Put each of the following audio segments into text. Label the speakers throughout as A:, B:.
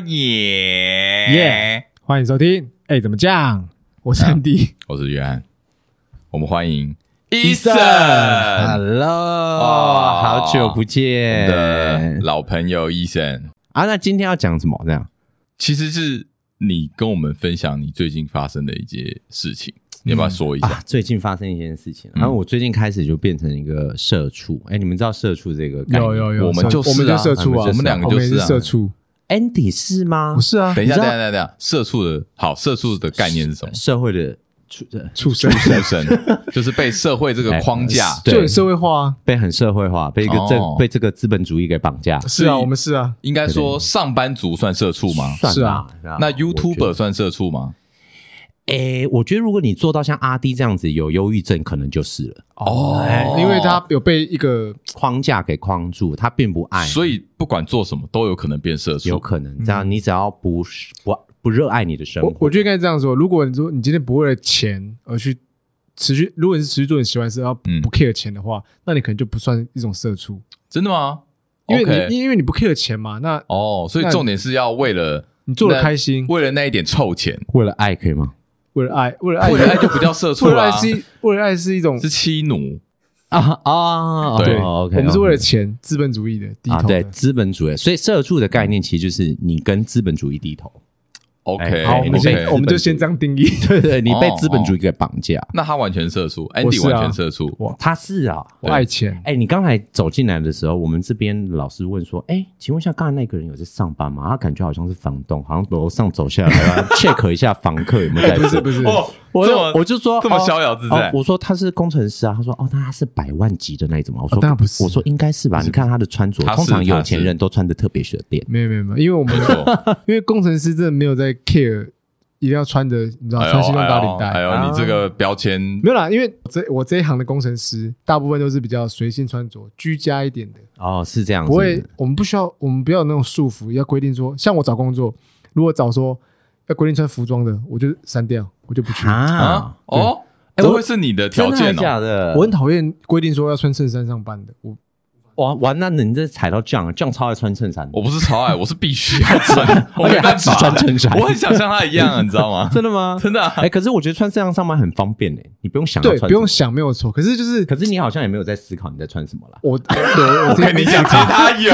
A: 野，
B: 耶欢迎收听。哎，怎么讲？我是安迪。
A: 我是约翰，我们欢迎 Eason
C: Hello，、好久不见
A: 的老朋友 Eason，
C: 啊！那今天要讲什么？这样
A: 其实是你跟我们分享你最近发生的一些事情，你要不要说一下？嗯
C: 啊，最近发生一件事情，然后我最近开始就变成一个社畜。哎、你们知道社畜这个概念？
B: 有有有，
A: 我们就是
B: 哎
A: 啊
B: 我们就社畜啊，
A: 我们两个
B: 我
A: 就
B: 们
A: 是啊
B: 也社畜。
C: Andy 是吗
B: 不？是啊，
A: 等一下，
C: 你知
A: 等一
C: 道
A: 下，等一下，社畜的好，社畜的概念是什 么？
C: 社会的畜呃
B: 畜生，
A: 畜生就是被社会这个框架
C: 哎，
B: 就
C: 对
B: 很社会化啊。
C: 被很社会化，被一个
A: 哦
C: 这、被这个资本主义给绑架，
B: 是啊，我们是啊，
A: 应该说上班族算社畜吗？
C: 算
B: 是
C: 吧
B: 啊。
C: 然后
A: 那
C: 我觉得
A: YouTuber 算社畜吗？
C: 哎、我觉得如果你做到像阿 D 这样子有忧郁症，可能就是了，
A: 哦
B: 因为他有被一个
C: 框架给框住，他并不爱，
A: 所以不管做什么都有可能变社
C: 哎有
A: 畜。
C: 可能这样，你只要不是不不热爱你的生
B: 嗯我
C: 活，
B: 我就应该这样说：如果你说你今天不为了钱而去持续，如果你是持续做你喜欢的事，然后
A: 嗯
B: 不 care 钱的话，那你可能就不算一种社畜，
A: 真的吗？
B: 因为
A: OK
B: 你因为你不 care 钱嘛，那
A: 哦，所以重点是要为了
B: 你做的开心，
A: 为了那一点臭钱，
C: 为了爱可以吗？
B: 为了爱，为了爱，
A: 为了爱就不叫 社畜
B: 为了
A: 啦
B: 爱，是一为了爱是一种
A: 是妻奴。
C: 啊啊，
A: 对
C: 哦，OK，
B: 我们是为了
C: OK
B: 钱，资本主义的低
C: 啊，
B: 头
C: 对
B: 的。
C: 资本主义，所以社畜的概念其实就是你跟资本主义低头，
A: OK，
C: 哎
B: 好，我们
A: OK
B: 先我们就先这样定义。
C: 对对，你被
A: 哦
C: 资本主义给绑架。
A: 那他完全社畜
B: 我
A: ，Andy
B: 是啊
A: 完全社畜。
C: 他是啊，
B: 我 爱钱，
C: 哎，你刚才走进来的时候，我们这边老师问说，哎，请问一下，刚才那个人有在上班吗？他感觉好像是房东，好像楼上走下来了，check 一下房客有没有在。
B: 哎不是不是，
A: 哦，
C: 我
A: 这
C: 就
A: 么
C: 我就说
A: 这么
C: 哦
A: 逍遥自在
C: 哦我说他是工程师啊，他说哦，那他是百万级的那一种吗？啊我说、
B: 哦当然不是
C: 我说应该是吧。你看他的穿着
A: 他，是
C: 通常有
A: 他
C: 钱
A: 是
C: 人都穿的特别学店。
B: 没有没有没有，因为我们
A: 没错。
B: 因为工程师真的没有在 care，一定要穿的，你知道
A: 哎呦
B: 穿西装打领
A: 哎
B: 带。
A: 呦，哎呦你这个标签
B: 没有啦，因为我这我这一行的工程师，大部分都是比较随性穿着、居家一点的，
C: 哦，是这样子，
B: 不会，我们不需要，我们不要有那种束缚，要规定说，像我找工作，如果找说要规定穿服装的，我就删掉，我就不去。
C: 啊
A: 啊？，哦，
C: 哎
A: 这
C: 我
A: 会是你的条件
C: 真的还假
A: 哦。
C: 的？
B: 我很讨厌规定说要穿衬衫上班的，我
C: 哇哇，那你这踩到酱，酱超爱穿衬衫的，
A: 我不是超爱，我是必须要穿，我
C: 而
A: 没办
C: 且他只穿
A: 法
C: 衬衫。
A: 我很想像他一样，你知道 吗？
C: 真的吗？
A: 真的啊
C: 哎，可是我觉得穿这样上班很方便哎，你不用想要
B: 对
C: 穿什么，
B: 不用想没有错，可是就是
C: 可是你好像也没有在思考你在穿什么啦。
B: 我 我我
A: 我跟你讲，其实他有，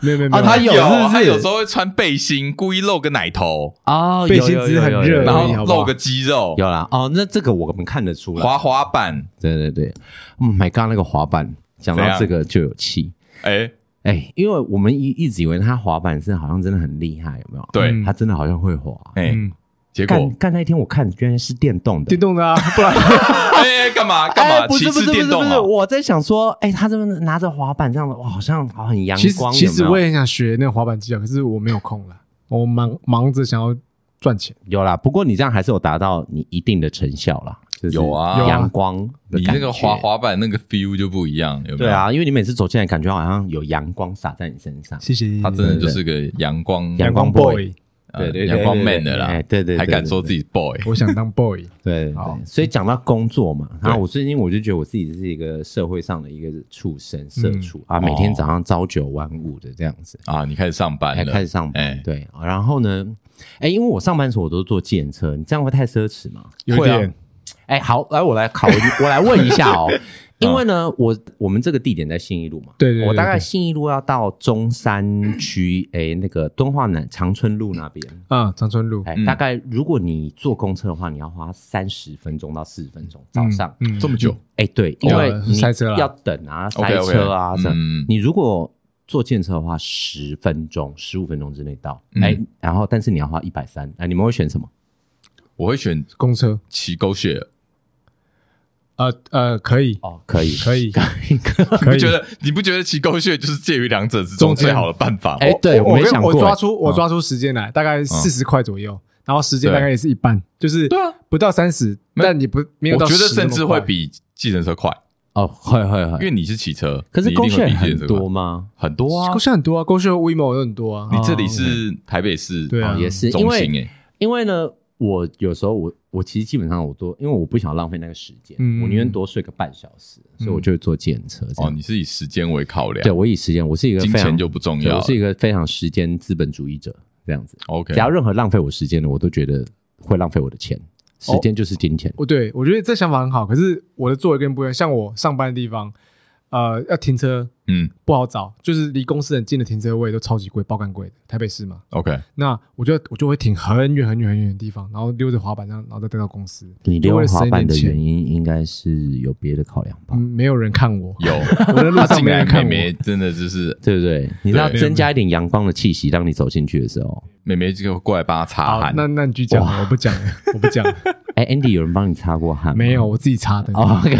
B: 没有没有没有，
C: 啊 他有是不是
A: 他有时候会穿背心，故意露个奶头，
C: 哦
B: 背心只是很热
A: 然
B: 而已好
A: 后
B: 不好
A: 露个肌肉，
C: 有啦。哦，那这个我们看得出来。
A: 滑滑板，
C: 对对对，嗯，My God，那个滑板，讲
A: 怎
C: 到
A: 样
C: 这个就有气。
A: 哎，
C: 哎，因为我们一一直以为他滑板是好像真的很厉害，有没有？
A: 对
B: 嗯，
C: 他真的好像会滑。
A: 哎，
B: 嗯，
A: 结
C: 干
A: 果
C: 干那一天我看居然是电动的
B: 电，动的啊，不然
A: 哎，干嘛 干
C: 哎
A: 嘛？
C: 不
A: 歧
C: 是不
A: 视
C: 是不是
A: 电
C: 不
A: 动
C: 是，
A: 啊？
C: 我在想说，哎，他这么拿着滑板这样的，哇，好像好很阳
B: 其实
C: 光。
B: 其实
C: 有
B: 我
C: 没有
B: 也很想学那个滑板技巧，可是我没有空了，我忙忙着想要赚钱。
C: 有啦，不过你这样还是有达到你一定的成效啦，就是
A: 有啊有啊
C: 阳光的
A: 你
C: 感
A: 那个
C: 觉
A: 滑。滑板那个 feel 就不一样，有没有？
C: 对，啊，因为你每次走进来，感觉好像有阳光洒在你身上。
B: 谢谢，
A: 他真的就是个阳光
C: 阳光 boy
A: 呃
C: 对对对
A: 阳光 man 的啦
C: 哎，对对对对
A: 还敢说自己 boy，
B: 我想当 boy，
C: 对对
B: 好
C: 对，所以讲到工作嘛，然后
A: 对
C: 我最近我就觉得我自己是一个社会上的一个畜生、社畜啊，
A: 哦
C: 每天早上朝九晚五的这样子，
A: 啊，你开始上班
C: 还
A: 了，
C: 开始上
A: 哎
C: 班。对，然后呢，哎，因为我上班的时候我都坐计程车，你这样会太奢侈吗？
B: 有
A: 会啊
B: 点
C: 哎，好，来我来考，我来问一下 哦，因为呢，我我们这个地点在信义路嘛，
B: 嗯对对对
C: 我大概
B: 对
C: 信义路要到中山区，哎，那个敦化南长春路那边，
B: 啊，长春路
C: 哎，
A: 嗯
C: 大概如果你坐公车的话，你要花三十分钟到四十分钟，早上，
B: 嗯
A: 这么久，
C: 哎，对，
B: 哦
C: 因为你
B: 塞车啦
C: 要等啊，塞
A: OK，OK，
C: 车啊，这
A: 嗯
C: 你如果坐电车的话，十分钟、十五分钟之内到，
A: 嗯
C: 哎，然后但是你要花一百三，哎，你们会选什么？
A: 我会选
B: 公车，
A: 骑狗血，
B: 呃呃，可以
C: 哦，可以，
B: 可以
A: 你
B: 可
A: 不
B: 以
A: 觉。得你不觉得骑狗血就是介于两者之中
B: 中间
A: 最好的办法吗？
C: 哎 对
B: 我
C: 我没
B: 跟
C: 想
B: 我
C: 过
B: 抓
C: 哎
B: 出我抓出时间来，大概四十块左右，然后时间大概也是一半，就是
A: 嗯对啊，
B: 不到三十，
A: 没有
B: 但也不没有
A: 我
B: 到10
A: 觉
B: 那么快，
A: 得甚至会比计程车快，
C: 哦，会会
A: 因
C: 会，
A: 为你是骑车，
C: 可是
A: 你一
C: 公
A: 定会
C: 选
A: 比计程车
C: 很
A: 快
C: 多吗？
A: 很多啊
B: 公。车很多啊，公车 WeMo 有很多啊，
A: 你这
C: 哦
A: 里是台北市，
B: 对啊
C: 哦，也是，因
A: 中
C: 为
A: 心哎，
C: 因为呢，我有时候我我其实基本上我都因为我不想浪费那个时间，
B: 嗯
C: 我宁愿多睡个半小时，所以我就会坐电车这
A: 哦，
C: 样。
A: 你是以时间为考量，
C: 嗯对，我以时间，我是一个
A: 金
C: 非常
A: 钱就不重
C: 对
A: 要
C: 我
A: 了
C: 是一个非常时间资本主义者。这样子。
A: OK，
C: 只要任何浪费我时间的，我都觉得会浪费我的钱。
B: 哦
C: 时间就是金钱，
B: 我对我觉得这想法很好，可是我的作为跟你不一样。像我上班的地方，呃，要停车
A: 嗯
B: 不好找，就是离公司很近的停车位都超级贵，爆干贵的，台北市嘛。
A: ，OK，
B: 那我就我就会停很远很远很远的地方，然后溜着滑板上，然后再带到公司。
C: 你
B: 就
C: 溜
B: 为了
C: 滑
B: 省一
C: 板
B: 点
C: 的
B: 钱
C: 原因应该是有别的考量吧
B: 嗯，？没有人看我，
A: 有，
B: 我在路
A: 他
B: 上
A: 进
B: 没
A: 来
B: 人看我。
A: 妹妹真的就是
C: 对不对？你让
A: 对
C: 增加一点阳光的气息，当你走进去的时 候。
A: 妹妹就过来帮她擦
B: 好，
A: 汗，哦
B: 那那你去讲了，我不讲了，我不 讲了，
C: 哎，Andy，有人帮你擦过汗吗？
B: 没有，我自己擦的。
C: 哦 OK，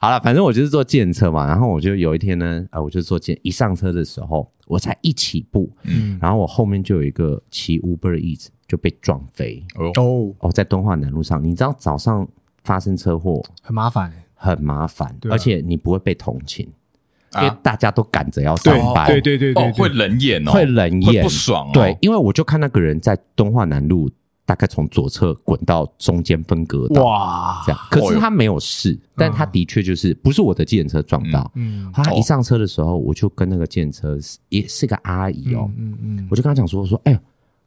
C: 好了，反正我就是做检测嘛。然后我就有一天呢，呃，我就做检，一上车的时候，我才一起步，
B: 嗯，
C: 然后我后面就有一个骑 Uber Eats 就被撞飞。
A: 哦，
B: 哦，
C: 哦，在敦化南路上，你知道早上发生车祸
B: 很麻烦欸。
C: 很麻烦，
B: 对啊
C: 而且你不会被同情，因
A: 啊
C: 为大家都赶着要上
B: 对
C: 班，
B: 对对对对
A: 哦，会冷眼哦，
C: 会冷
A: 会
C: 眼
A: 不。爽哦，
C: 对，，因为我就看那个人在敦化南路，大概从左侧滚到中间分隔
B: 对
C: 岛。
B: 哇哎
C: 这，样，可是他没有事，但他的确就是不是我的计程车撞到，
B: 嗯
C: 他一上车的时候，我就跟那个计程车是也是个阿姨哦，
B: 嗯嗯
C: 我就跟他讲说，我说，哎呦，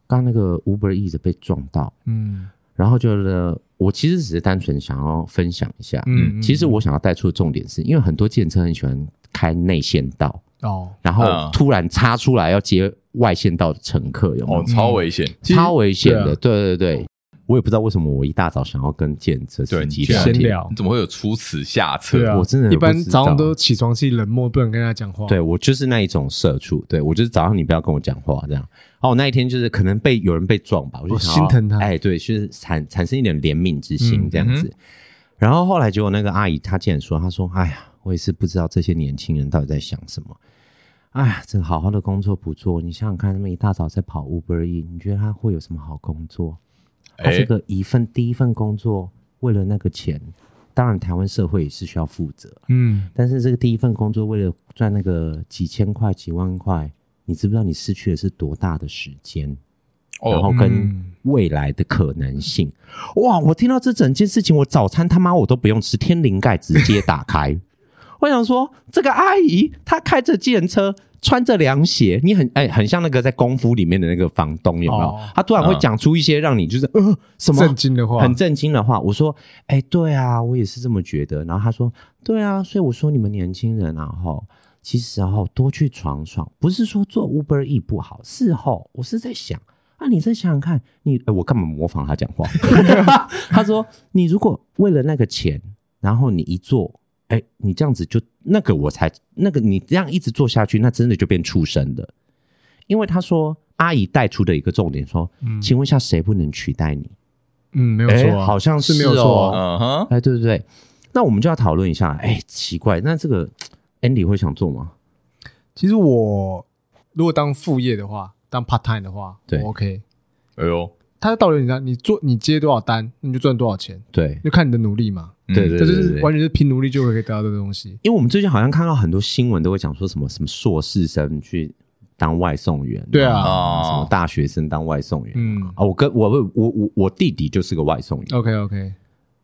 C: 刚刚那个 Uber E 直被撞到，
B: 嗯
C: 然后觉得我其实只是单纯想要分享一下，
B: 嗯，
C: 其实我想要带出的重点是因为很多计程车很喜欢开内线道，
B: 哦，
C: 然后
A: 嗯
C: 突然插出来要接外线道的乘客，有没有
A: 哦，？超危险，
B: 其实
C: 超危险的，
B: 对啊
C: 对对对。我也不知道为什么我一大早想要跟计程车
A: 对
C: 司
A: 你
C: 机
A: 居然
C: 聊
B: 闲
C: 天，
B: 聊
A: 你，怎么会有出此下策？
B: 对啊，
C: 我真的
B: 一般
C: 不知道
B: 早上都起床气冷漠，不能跟他讲话。
C: 对我就是那一种社畜，对我就是早上你不要跟我讲话这样。然后我那一天就是可能被有人被撞吧，我就
B: 哦
C: 想要、
B: 心疼他
C: 哎，对，就是产产生一点怜悯之心
B: 嗯
C: 这样子。然后后来结果那个阿姨她竟然说，她说：“哎呀，我也是不知道这些年轻人到底在想什么。哎呀，这个好好的工作不做，你想想看，他们一大早在跑 Uber E，你觉得他会有什么好工作？他
A: 哎
C: 这个一份第一份工作，为了那个钱，当然台湾社会也是需要负责。”
B: 嗯，
C: 但是这个第一份工作，为了赚那个几千块、几万块，你知不知道你失去的是多大的时间，然后
A: 哦，
C: 跟未来的可能性？哇！我听到这整件事情，我早餐他妈我都不用吃，天灵盖直接打开。我想说，这个阿姨她开着计程车，穿着凉鞋，你很哎、很像那个在功夫里面的那个房东，有没有？
B: 哦
C: 她突然会
A: 嗯
C: 讲出一些让你就是呃什么
B: 震惊的话
C: 很，震惊的话，我说：“哎、对啊，我也是这么觉得。”然后他说：“对啊，所以我说你们年轻人啊，哈，其实哈、多去闯闯，不是说做 Uber E 不好，是哈，我是在想啊，你再想想看，你、哎我干嘛模仿他讲 话？他说：你如果为了那个钱，然后你一做，哎、你这样子就那个我才那个你这样一直做下去，那真的就变畜生了。”因为他说，阿姨带出的一个重点说，
B: 嗯
C: 请问一下，谁不能取代你？
B: 嗯，没有
C: 哎，
B: 错啊，
C: 好像
B: 是没有错
C: 哦。
A: 嗯哼，
C: 哎，对对对，那我们就要讨论一下。哎，奇怪，那这个 Andy 会想做吗？
B: 其实我如果当副业的话，当 part time 的话，
C: 对
B: 我 OK。
A: 哎呦，
B: 他的道理你知道，你做你接多少单，你就赚多少钱，
C: 对，
B: 就看你的努力嘛。
A: 嗯
C: 对对
B: 这就是完全是凭努力就可以得到的东西。
C: 因为我们最近好像看到很多新闻都会讲说什么什么硕士生去当外送员，
B: 对啊
C: 什么
A: 啊，
C: 大学生当外送员。
B: 嗯
C: 啊，我跟我我我我我弟弟就是个外送员，
B: ，OK OK，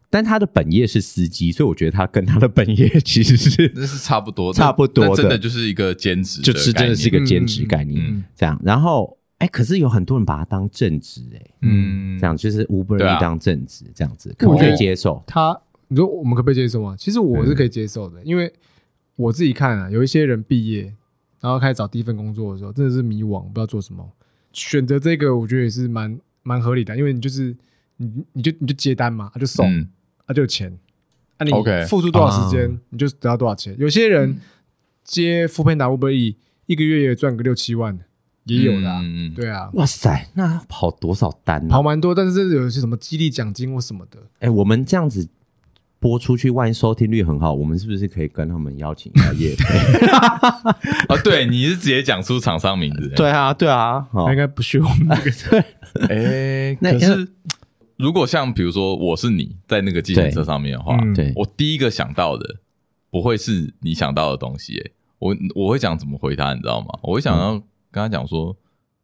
C: 但他的本业是司机，所以我觉得他跟他的本业 其实是
A: 那是差不多，
C: 差不多的
A: 那真的 就是一个兼职的概念，
C: 就是真的是一个兼职概念、
A: 嗯
C: 这样。然后哎，可是有很多人把它当正职哎、
A: 嗯，
C: 这样就是 Uber
A: 对啊
C: E 当正职这样子，可
B: 我
C: 不可
B: 觉
C: 以
B: 得
C: 接受？
B: 他你说我们可不可以接受吗？其实我
A: 嗯
B: 是可以接受的，因为我自己看啊，有一些人毕业然后开始找第一份工作的时候，真的是迷惘，不知道做什么。选择这个，我觉得也是蛮蛮合理的，因为你就是你你就你就接单嘛，他就送，
A: 嗯
B: 他就有钱，啊你
A: OK 啊嗯
B: 付出多少时间，你就得到多少钱。有些人接副片打 Uber E，一个月也赚个六七万，也有的啊，
A: 嗯嗯嗯
B: 对啊。
C: 哇塞，那要跑多少单呢、
B: 跑蛮多，但是这有些什么激励奖金或什么的，
A: 哦
C: 哎、我们这样子播出去，万一收听率很好，我们是不是可以跟他们邀请一下叶飞？
A: 啊，对，你是直接讲出厂商名字，
C: 对啊，对啊，哦
B: 那应该不是我们那个
A: 哎，
C: 那
A: 可是如果像比如说我是你在那个计程车上面的话，
B: 嗯
C: 对
A: 我第一个想到的不会是你想到的东西、欸，我我会想怎么回他，你知道吗？我会想要跟他讲说，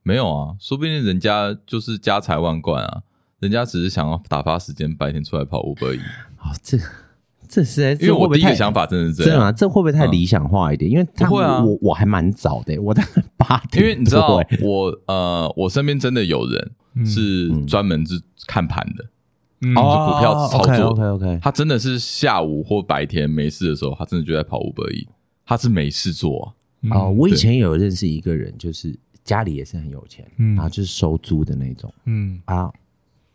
A: 没有啊，说不定人家就是家财万贯啊，人家只是想要打发时间，白天出来跑五百一，
C: 好、这个这实在是
A: 因为
C: 会
A: 我
C: 不会
A: 第一个
C: 太
A: 想法真的是这
C: 真的啊
A: 样，
C: 吗？这会不会太
A: 嗯
C: 理想化一点？因为他
A: 不会啊
C: 我我还蛮早的，我大概八
A: 因
C: 点，
A: 为你知道，我呃，我身边真的有人
B: 嗯
A: 是
C: 嗯
A: 专门是看盘的，
B: 嗯
A: 哦股票操作
C: OK OK，
A: 他真的是下午或白天没事的时候，他真的就在跑五百亿，他是没事做啊。
B: 嗯
C: 哦，我以前有认识一个人，就是家里也是很有钱，
B: 嗯
C: 然后就是收租的那种
B: 嗯
C: 啊。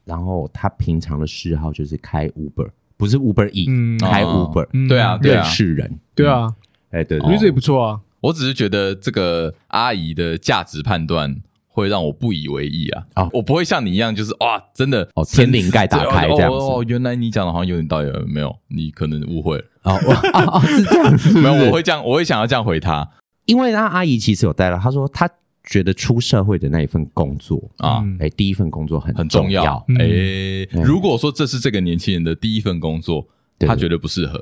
C: 然后他平常的嗜好就是开 Uber，不是 Uber E，、
B: 嗯
C: 开
A: 哦
C: Uber，、
B: 嗯
A: 对啊，对
C: 认
A: 啊，
C: 识人。
B: 对啊，
C: 哎，对
B: 我觉
C: 对
B: 得这也不错啊。
A: 我只是觉得这个阿姨的价值判断会让我不以为意啊。
C: 哦
A: 我不会像你一样，就是哇，真的
C: 哦天灵盖打开这样子
A: 哦哦哦原来你讲的好像有点道理，没有，你可能 误会了。
C: 哦，我哦哦是这样子，
A: 没有，
C: 是不是
A: 我会这样，我会想要这样回他
C: 因为他阿姨其实有带了，她说她觉得出社会的那一份工作，
A: 啊，
B: 嗯
C: 哎，第一份工作很
A: 很重
C: 重
A: 要。
B: 嗯
A: 诶，
C: 嗯
A: 如果说这是这个年轻人的第一份工作，
C: 对
A: 他觉得不适合，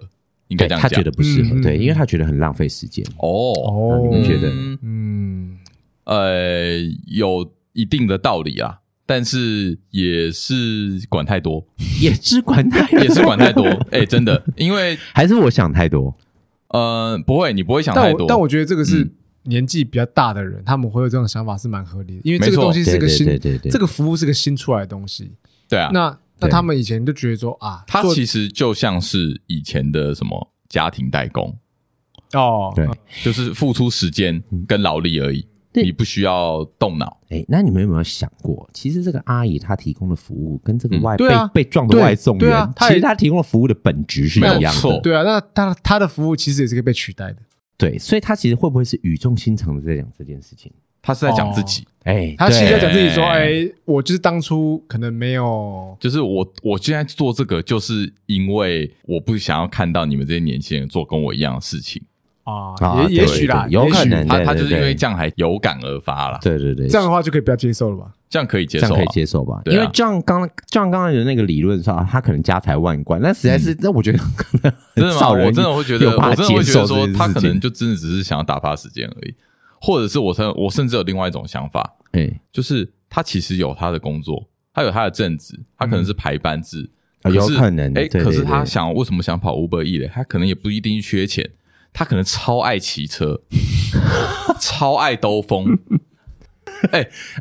A: 应该
C: 对
A: 这样
C: 他
A: 讲。
C: 觉得不适合，
B: 嗯嗯
C: 对，
B: 嗯
C: 因为他觉得很浪费时间。
A: 哦，
B: 哦，
C: 你们觉得
A: 嗯
B: 嗯
A: 呃，有一定的道理啊，但是也是管 太多，
C: 也是管太多，
A: 也是管太多。哎、真的，因为
C: 还是我想太多。
A: 呃，不会，你不会想太
B: 但
A: 多。
B: 我但我觉得这个是
A: 嗯
B: 年纪比较大的人，他们会有这种想法是蛮合理的，因为
A: 没
B: 这个
A: 错
B: 东西是
C: 对
B: 个
C: 对
B: 新，
C: 对对对，
B: 这个服务是个新出来的东西。
A: 对啊，
B: 那那
C: 对
B: 他们以前就觉得说啊，
A: 它
B: 做
A: 其实就像是以前的什么家庭代工，
B: 哦，
C: 对
A: 就是付出时间跟劳力而已，
C: 嗯对
A: 你不需要动脑。
C: 哎，那你们有没有想过，其实这个阿姨她提供的服务跟这个外被
B: 嗯对啊
C: 被撞的外送
B: 对对啊
C: 员，
B: 她
C: 其
B: 也
C: 实她提供的服务的本质是
A: 没
C: 一
A: 有
C: 样
A: 错
C: 的。
B: 对啊，那他他的服务其实也是可以被取代的，
C: 对，所以她其实会不会是语重心长的在讲这件事情？
A: 他是在讲自己，
C: 哎，
B: 他其实在
C: 对
B: 讲自己说，
A: 对
B: 哎，我就是当初可能没有，
A: 就是我我现在做这个，就是因为我不想要看到你们这些年轻人做跟我一样的事情。
B: 啊
C: 啊，
B: 也也
C: 对
B: 许啦，
C: 对有
B: 也许
C: 可能
A: 他
C: 嗯对
A: 他就是
C: 对
A: 因为这样还有感而发啦，
C: 对对对，
B: 这样的话就可以不要接受了吧？
A: 这样可以接
C: 这
A: 受、
C: 样
A: 啊
C: 可以。接受吧？
A: 对啊
C: 因为这样刚这样刚才的那个理论上，啊他可能家财万贯，那实在是，那我觉得可能很
A: 真的吗？
C: 少人
A: 嗯我真的会觉得，
C: 有办法
A: 我真的会觉
C: 接受
A: 得说
C: 这，件
A: 他
C: 事
A: 可
C: 情
A: 能就真的只是想要打发时间而已，或者是我甚我甚至有另外一种想法，
C: 哎，
A: 就是他其实有他的工作，他有他的正职，他
C: 嗯
A: 可能是排班制，
C: 啊有
A: 是
C: 可能
A: 哎，
C: 对
A: 可是
C: 对
A: 他
C: 对
A: 想为什么想跑 Uber E 嘞？他可能也不一定缺钱，他可能超爱骑车， 超爱 兜风，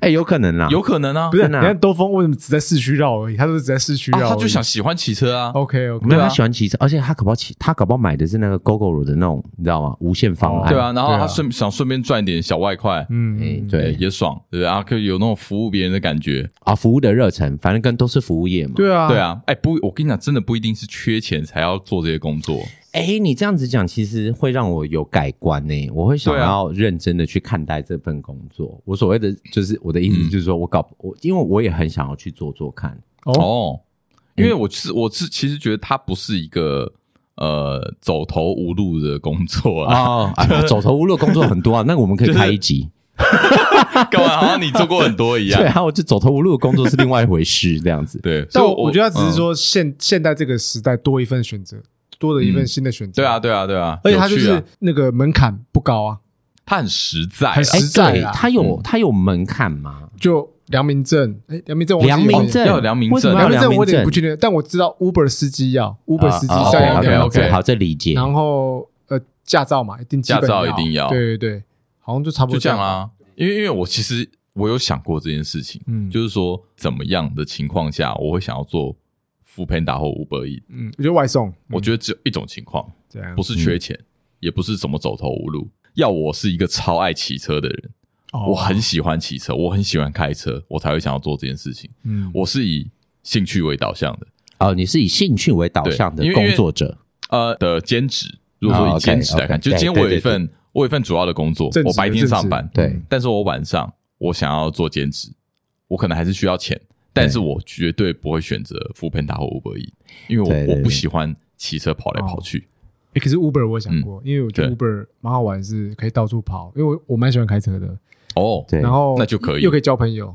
C: 哎，有可能啦，
A: 有可能啊，
B: 不是，
C: 真
B: 人
C: 的啊哦
B: 家兜风为什么只在市区绕而已？他都是只哦在市区绕而
A: 啊，
B: 已，
A: 他就想喜欢骑车啊，
B: OK OK，
C: 没有
A: 对啊
C: 他喜欢骑车，而且他搞不好骑，他搞不好买的是那个 GoGo 的那种，你知道吗？无限方案，
A: 对啊，然后
B: 对啊
A: 他顺想顺便赚一点小外快，
C: 哎
B: 嗯，，
C: 对
A: 对，也爽，对不对啊？可以有那种服务别人的感觉，
C: 啊，服务的热忱，反正跟都是服务业嘛。
B: 对啊，
A: 对，啊，哎，不，我跟你讲，真的不一定是缺钱才要做这些工作，
C: 哎，你这样子讲，其实会让我有改观呢。我会想
A: 对啊
C: 要认真的去看待这份工作。我所谓的就是我的意
A: 嗯
C: 思，就是说我搞我，因为我也很想要去做做看。
B: 哦，嗯
A: 哦，因为我是我是其实觉得它不是一个呃走投无路的工 作啊，
C: 哦，哎走投无路的工作很多啊，那个我们可以开一集。
A: 干嘛好像你做过很多一样
C: 对，。啊，我就走投无路的工作是另外一回事，这样子。
A: 对，
B: 但
A: 所以嗯
B: 我我觉得他只是，说现现代这个时代多一份选择，多了一份新的选择，
A: 对啊，，对啊，对啊，
B: 而且他
A: 有
B: 就
A: 趣啊
B: 是那个门槛不高啊，
A: 他很 实在嗯啊，
B: 很
C: 哎
B: 实在
C: 对
B: 啦
C: 他有他有门槛吗？
B: 就良民证，哎，良民证我忘
C: 良
B: 记有没有，
C: 民证
A: 要有良民证
C: 为什么要
B: 良
C: 有良
B: 民证我有
C: 民
B: 点
C: 证
B: 不？确定，但我知道 Uber 司机要，Uber 司机
A: 啊
B: 要良民
A: 啊，OK，OK，
C: OK
B: 证
A: OK，OK，OK，OK，OK，
C: 好，这理解。
B: 然后呃驾照嘛，一定基本
A: 驾照一定要
B: 对对对，好像就差不
A: 就
B: 多
A: 这样
B: 吧，
A: 啊。因为因为我其实我有想过这件事情，
B: 嗯，
A: 就是说怎么样的情况下我会想要做 f o o Panda 或 Uber E，
B: 嗯，我觉得外送，
A: 我觉得只有一种情况，
B: 得这样
A: 不是缺钱，也不是怎么走投无路，要我是一个超爱骑车的人，
B: 哦
A: 我很喜欢骑车，我很喜欢开车，我才会想要做这件事情。
B: 嗯
A: 我是以兴趣为导向的，
C: 哦，你是以兴趣为导向的
A: 对因为
C: 工作者，
A: 呃的兼职。如果说
C: 哦
A: 以兼职
C: OK，OK，
A: 来看，就是
C: 对
A: 今天我有一
C: 对对
A: 份，我有一份主要的工作
B: 正，职
A: 我白天上班，
C: 对，
A: 但是我晚上我想要做兼职，我可能还是需要钱，但是我绝对不会选择 f o o Panda 或 Uber E，因为我
C: 对对对
A: 我不喜欢骑车跑来跑去。
B: 欸可是 Uber 我也想过，因为我觉得
A: 嗯对
B: Uber 蛮好玩，是可以到处跑，因为我我蛮喜欢开车的，
A: 哦，
C: 对
B: 然后
A: 那就可以
B: 又可以交朋友，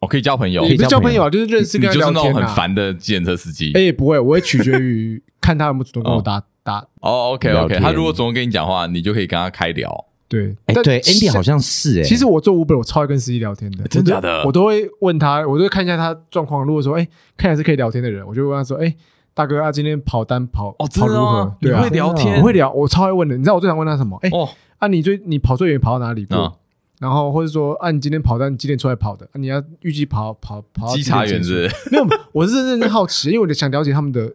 A: 我可以交朋友，
B: 也不
A: 你
B: 是交朋
C: 朋友
B: 友啊，就是认识
A: 你
B: 跟
A: 就
B: 他聊
A: 是那种
B: 天
A: 很
B: 啊。
A: 烦的计程车司机。
B: 哎、不会，我会取决于看他有没有主动跟我
A: 哦
B: 搭搭。
A: 哦，OK
C: 聊
A: OK，
C: 天
A: 他如果总跟你讲话，你就可以跟他开聊。
B: 对，
C: 哎、
B: 但
C: 对
B: 其实
C: ，Andy 好像是哎、
B: 其实我做 Uber，我超爱跟司机聊天的，
A: 真
B: 我都
A: 假的
B: 我都会问他，我都会看一下他状况。如果说哎、看起来是可以聊天的人，我就会问他说，哎、大哥啊，今天跑单跑
A: 哦，真
B: 跑
A: 的
B: 如何
A: 吗？？你
B: 对啊
A: 会，聊天？
B: 我会聊，我超爱问的。你知道我最常问他什么？哎，
A: 哦，
B: 啊，你最你跑最远跑到哪里
A: 嗯
B: 过？然后或者说，啊，你今天跑单你几点出来跑的？啊你要预计跑跑跑到
A: 稽
B: 几
A: 查
B: 点
A: 员
B: 结束
A: 是不 是
B: 没有，我是认真好奇，因为我想了解他们的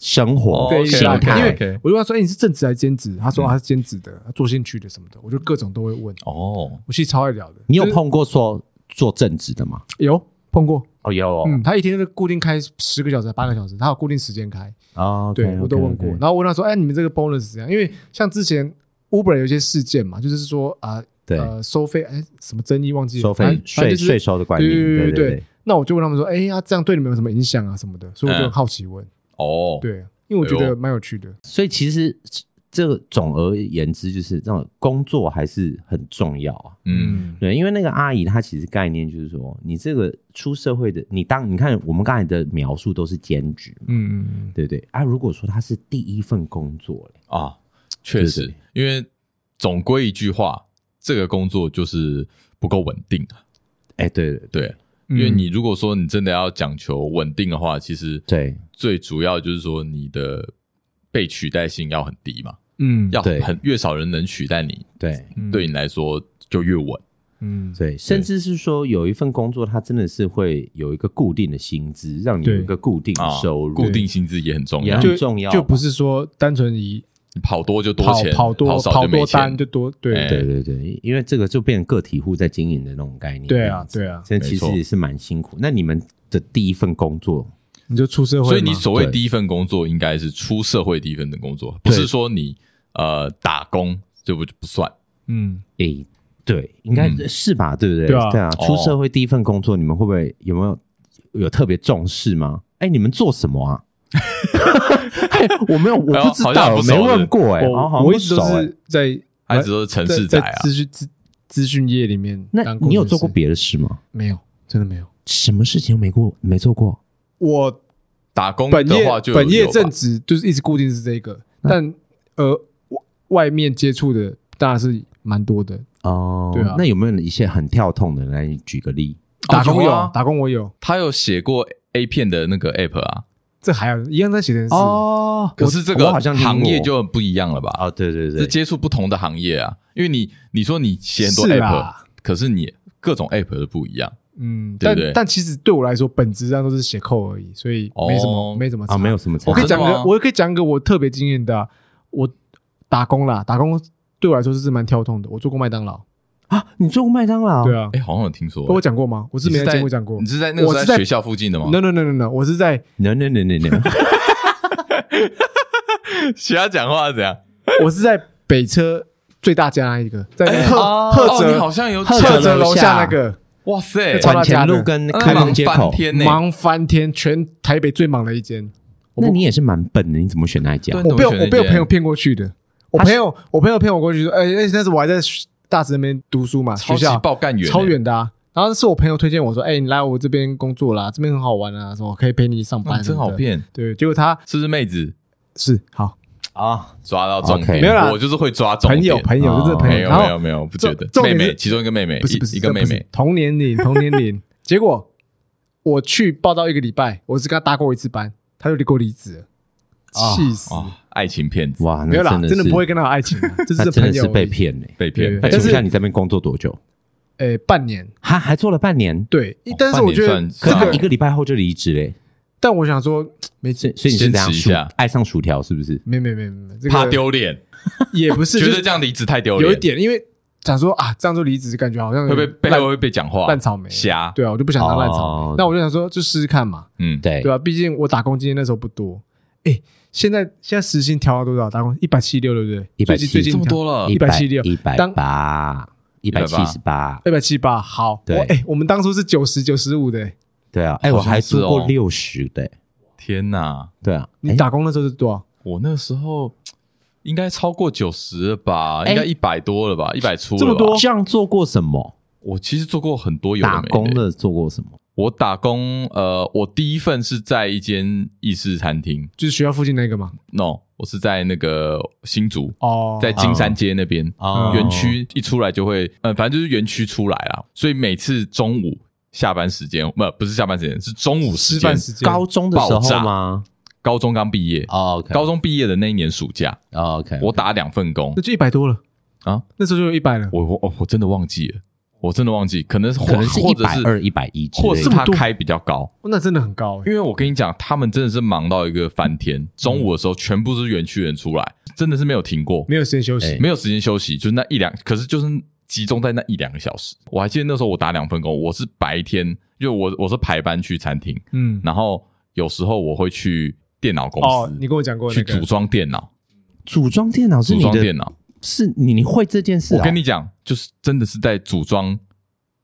C: 生
A: 哦
C: 活
B: 对
A: OK，
C: 心
B: 大概，
A: OK，
B: 因为
A: OK
B: 我就跟他说，哎，你是正职还是兼职？他说啊
A: 嗯
B: 他是兼职的，他做兴趣的什么的，我就各种都会问。
A: 哦，
B: 我其实超爱聊的。
C: 你有
B: 就是
C: 碰过做做正职的吗？
B: 有碰过？
C: 哦，有哦
B: 嗯，他一天就固定开十个小时、八个小时，他有固定时间开。
C: 啊，
B: 对我都问过，然后问他说：“哎，你们这个 bonus 是怎样？”因为像之前 Uber 有一些事件嘛，就是说啊，
C: 对
B: 呃，收费哎什么争议忘记了
C: 收
B: 反
C: 费
B: 正反
C: 税
B: 正就是
C: 税收的管理，
B: 对
C: 对
B: 对对
C: 对，
B: 那我就问他们说：“哎呀，这样对你们有什么影响啊什么的？”所以我
C: 嗯
B: 就很好奇问，
A: 哦，，
B: 对，因为我觉
A: 哎呦
B: 得蛮有趣的。
C: 所以其实这个总而言之，就是这种工作还是很重要啊。
A: 嗯，
C: 对，因为那个阿姨她其实概念就是说，你这个出社会的，你当你看我们刚才的描述都是兼职嘛，
B: 嗯嗯
C: 对不对啊？如果说她是第一份工作嘞，
A: 啊，确实
C: 对，
A: 因为总归一句话，这个工作就是不够稳定啊。
C: 哎，对对
A: 对，啊
B: 嗯，
A: 因为你如果说你真的要讲求稳定的话，其实
C: 对
A: 最主要就是说你的被取代性要很低嘛，
B: 嗯
A: 要
C: 对
A: 很越少人能取代你，
C: 对
B: 嗯
A: 对你来说就越稳。
B: 嗯
C: 对，甚至是说有一份工作，它真的是会有一个固定的薪资，让你有
B: 对
C: 一个固定的
A: 啊
C: 收
B: 哦
C: 入，
A: 固定薪资也很重
C: 也
A: 要
C: 很，
B: 就
C: 重要
B: 就不是说单纯以
A: 你跑多就多
B: 跑
A: 钱，
B: 跑多
A: 少就没
B: 多
A: 钱
B: 单。就多对
A: 哎
C: 对对对，因为这个就变成个体户在经营的那种概念。
B: 对啊
C: 这样子
B: 对
C: 这
B: 啊
C: 其实
A: 没错
C: 也是蛮辛苦。那你们的第一份工作，
B: 你就出社会嘛，
A: 所以你所谓
C: 对
A: 第一份工作应该是出社会第一份的工作，不
B: 对
A: 是说你呃打工这不就不算。
B: 嗯
C: 诶、对，应该
A: 嗯
C: 是吧？对不对？
B: 对啊
A: 哦
C: 出社会第一份工作，你们会不会有没有有特别重视吗？哎，你们做什么 啊？哎我没有，我
A: 哎呦
C: 不知
A: 好像
C: 道，
A: 不熟
C: 没问过哎、
B: 我
C: 好像
B: 我
C: 不
B: 一直
C: 熟
B: 都
C: 哎
B: 是在
A: 还只是啊城市仔
B: 在
A: 啊
B: 在，资讯资资讯业里面
C: 那
B: 当工程师。
C: 你有做过别的事吗？
B: 没有？真的没有。
C: 什么事情没过没做过？
B: 我
A: 打工
B: 本
A: 的
B: 业
A: 话就有
B: 本业
A: 有吧
B: 正职就是一直固定是这个，
C: 嗯
B: 但呃我外面接触的当然是蛮多的。
C: 哦，
B: 对啊
C: 那有没有一些很跳痛的？来，你举个例。
A: 哦
B: 打工
A: 有啊
B: 打工我有，
A: 他有写过 A 片的那个 app 啊，
B: 这还有一样在写程式。
C: 哦
A: 可是这个
C: 好像听过
A: 行业就很不一样了吧？
C: 哦，对对
A: 是
C: 对，
A: 接触不同的行业啊，因为你你说你写很多
B: 是啊
A: app，
B: 啦
A: 可是你各种 app 都不一样
B: 嗯，
A: 对
B: 但
A: 不对
B: 但其实对我来说，本质上都是写扣而已，所以没什
A: 哦
B: 么没什么
C: 啊，
B: 差
C: 没有什么差
B: 我可以
A: 真
B: 讲
A: 的吗
B: 个，我可以讲个我特别经验的啊、我打工啦，打工对我来说是蛮跳痛的。我做过麦当劳，
C: 啊，你做过麦当劳？
B: 对，啊，
A: 哦哎，好像有听说。
B: 我讲过吗？我是没
A: 你
B: 在节目讲过
A: 你。是在那个
B: 我
A: 时候
B: 是
A: 在
B: 在
A: 学校附近的吗？
B: No no no no no，我是在
C: 能能能 能能，
A: 学校讲话是怎样？
B: 我是在北车最大家那一个，在
A: 哎
B: 那
A: 哦
B: 赫赫
A: 哦你好
B: 泽
A: 像有
C: 赫
A: 讲
B: 赫
C: 泽
B: 泽
C: 楼
B: 楼
C: 下
B: 下那个，
A: 哇塞，
B: 超
C: 板
B: 大
C: 前
B: 家的嗯
C: 路跟
A: 那
C: 开
A: 忙
C: 放街
A: 翻
C: 口。
A: 天呢，
B: 忙翻天，全台北最忙的一间。我
C: 那
B: 不
C: 你也是蛮笨的，你怎么选那一家？
A: 对
B: 我被我
A: 你怎么选
B: 我被我
A: 那间
B: 朋友骗过去的，我
C: 他是
B: 朋友我朋友骗我过去说，哎，而且那时候我还在大直那边读书嘛，
A: 超
B: 学
A: 级欸
B: 校
A: 爆干员，
B: 超。远的啊。然后是我朋友推荐我说：“哎、你来我这边工作啦，这边很好玩啊，什么可以陪你上
A: 哇
B: 班。”
A: 啊真好。骗，
B: 对，结果他
A: 是不是妹子
B: 是好
C: 啊，
A: 抓到重
C: OK
A: 点？
B: 没有啦
A: 我就是会抓重点。
B: 朋友，朋友，
C: 哦
B: 就真的朋
A: 没
B: 友。
A: 有
B: 然
A: 没有
B: 后
A: 没有，不觉得
B: 重重
A: 妹
B: 点
A: 妹
B: 是
A: 其中一个妹妹，
B: 不是不
A: 一
B: 是呃
A: 一个妹，
B: 这不
A: 妹
B: 是同年龄同年龄。结果我去报道一个礼拜，我只跟他搭过一次班，他就给我离职了，
C: 啊
B: 气死！
A: 啊，爱情骗子
C: 哇，
B: 没有
C: 那
B: 啦，
C: 真的
B: 真的
C: 是
B: 不会，跟他有爱情啊，这
C: 那
B: 是
C: 真
B: 朋
C: 的
B: 友
C: 是
B: 而已。
C: 被骗嘞。
A: 被骗
B: 对，
A: 被
C: 哎，
B: 但
A: 骗
B: 是
C: 请问一下你在那边工作多久？
B: 呃，半年
C: 还还做了半年，
B: 对
A: 哦，
B: 但是我觉
A: 半
B: 得
A: 年
C: 可
B: 这
A: 算
C: 是
A: 啊
C: 他
B: 个
C: 一，个礼拜后就离职嘞。
B: 但我想说，没
C: 所以所以你是
A: 先
C: 这样
A: 吃一
C: 薯
A: 下
C: 爱上薯条是不是？
B: 没没没没，这个
A: 怕丢脸，
B: 也不是，
A: 觉
B: 就
A: 得
B: 是
A: 这样离职太丢脸，
B: 有一点，因为想说啊，这样就离职，感觉好像
A: 会被背
B: 烂
A: 后会被讲话
B: 烂草莓
A: 瞎，
B: 对啊，我就不想当烂草
C: 哦
B: 莓。那我就想说，就试试看嘛，
A: 嗯，
C: 对
B: 对啊吧？毕竟我打工经验那时候不多。哎，现在现在时薪调到多少？打工一百七六，对不
C: 170
B: 对？最近最近
A: 这么多了
B: 一百七六
C: 一百
B: 当
C: 八，一百七十八，
B: 一百七八。好，
C: 对
B: 我哎，我们当初是九十九十五的，哎
C: 对啊，哎，
A: 好
C: 我
A: 像
C: 还
A: 是
C: 做过
A: 哦
C: 六十的，
A: 天哪！
C: 对啊，
B: 你打工那时候是多少？
A: 我那时候应该超过九十了吧，
C: 哎
A: 应该一百多了吧，一百出了吧
B: 这么多
C: 这样做过什么？
A: 我其实做过很多有的
C: 打
A: 没
C: 工的做过什么？
A: 我打工，呃，我第一份是在一间意式餐厅
B: 就是学校附近那个嘛。
A: ，no，我是在那个新竹，
B: 哦，
A: 在金山街那边，
B: 嗯
C: 哦
A: 园区一出来就会，呃，反正就是园区出来啦，所以每次中午下班时间，不、不是下班时间，是中午时
B: 吃
A: 间
B: 饭，时间
C: 高中的时
A: 爆炸
C: 候吗？
A: 高中刚毕业，
C: 哦 OK 哦
A: 高中毕业的那一年暑假，
C: OK，
A: 我打两份工
B: 那，就一百多了
A: 啊！
B: 那时候就有一百了，
A: 我我哦我真的忘记了，我真的忘记，可能是
C: 可能是
A: 或
C: 一
A: 者
C: 百
A: 是
C: 二、一百一之
A: 或者
C: 类
A: 是
C: 的。
A: 他开比较高，
B: 哦那真的很高欸
A: 因为我跟你讲，他们真的是忙到一个翻天，中午的时候全部是园区人出来，真的是没有停过，
B: 没有时间休
C: 哎
B: 息。
A: 没有时间休息，就是那一两，可是就是集中在那一两个小时。我还记得那时候我打两份工，我是白天，就我我是排班去餐厅，
B: 嗯，
A: 然后有时候我会去电脑公
B: 哦
A: 司，，
B: 你跟我讲过
A: 去
B: 那
A: 组
B: 个，
A: 装电脑，
C: 组装电脑是
A: 组
C: 你
A: 装
C: 的
A: 电，脑。
C: 是你你会这件
B: 啊
C: 事、哦？
A: 我跟你讲，就是真的是在组装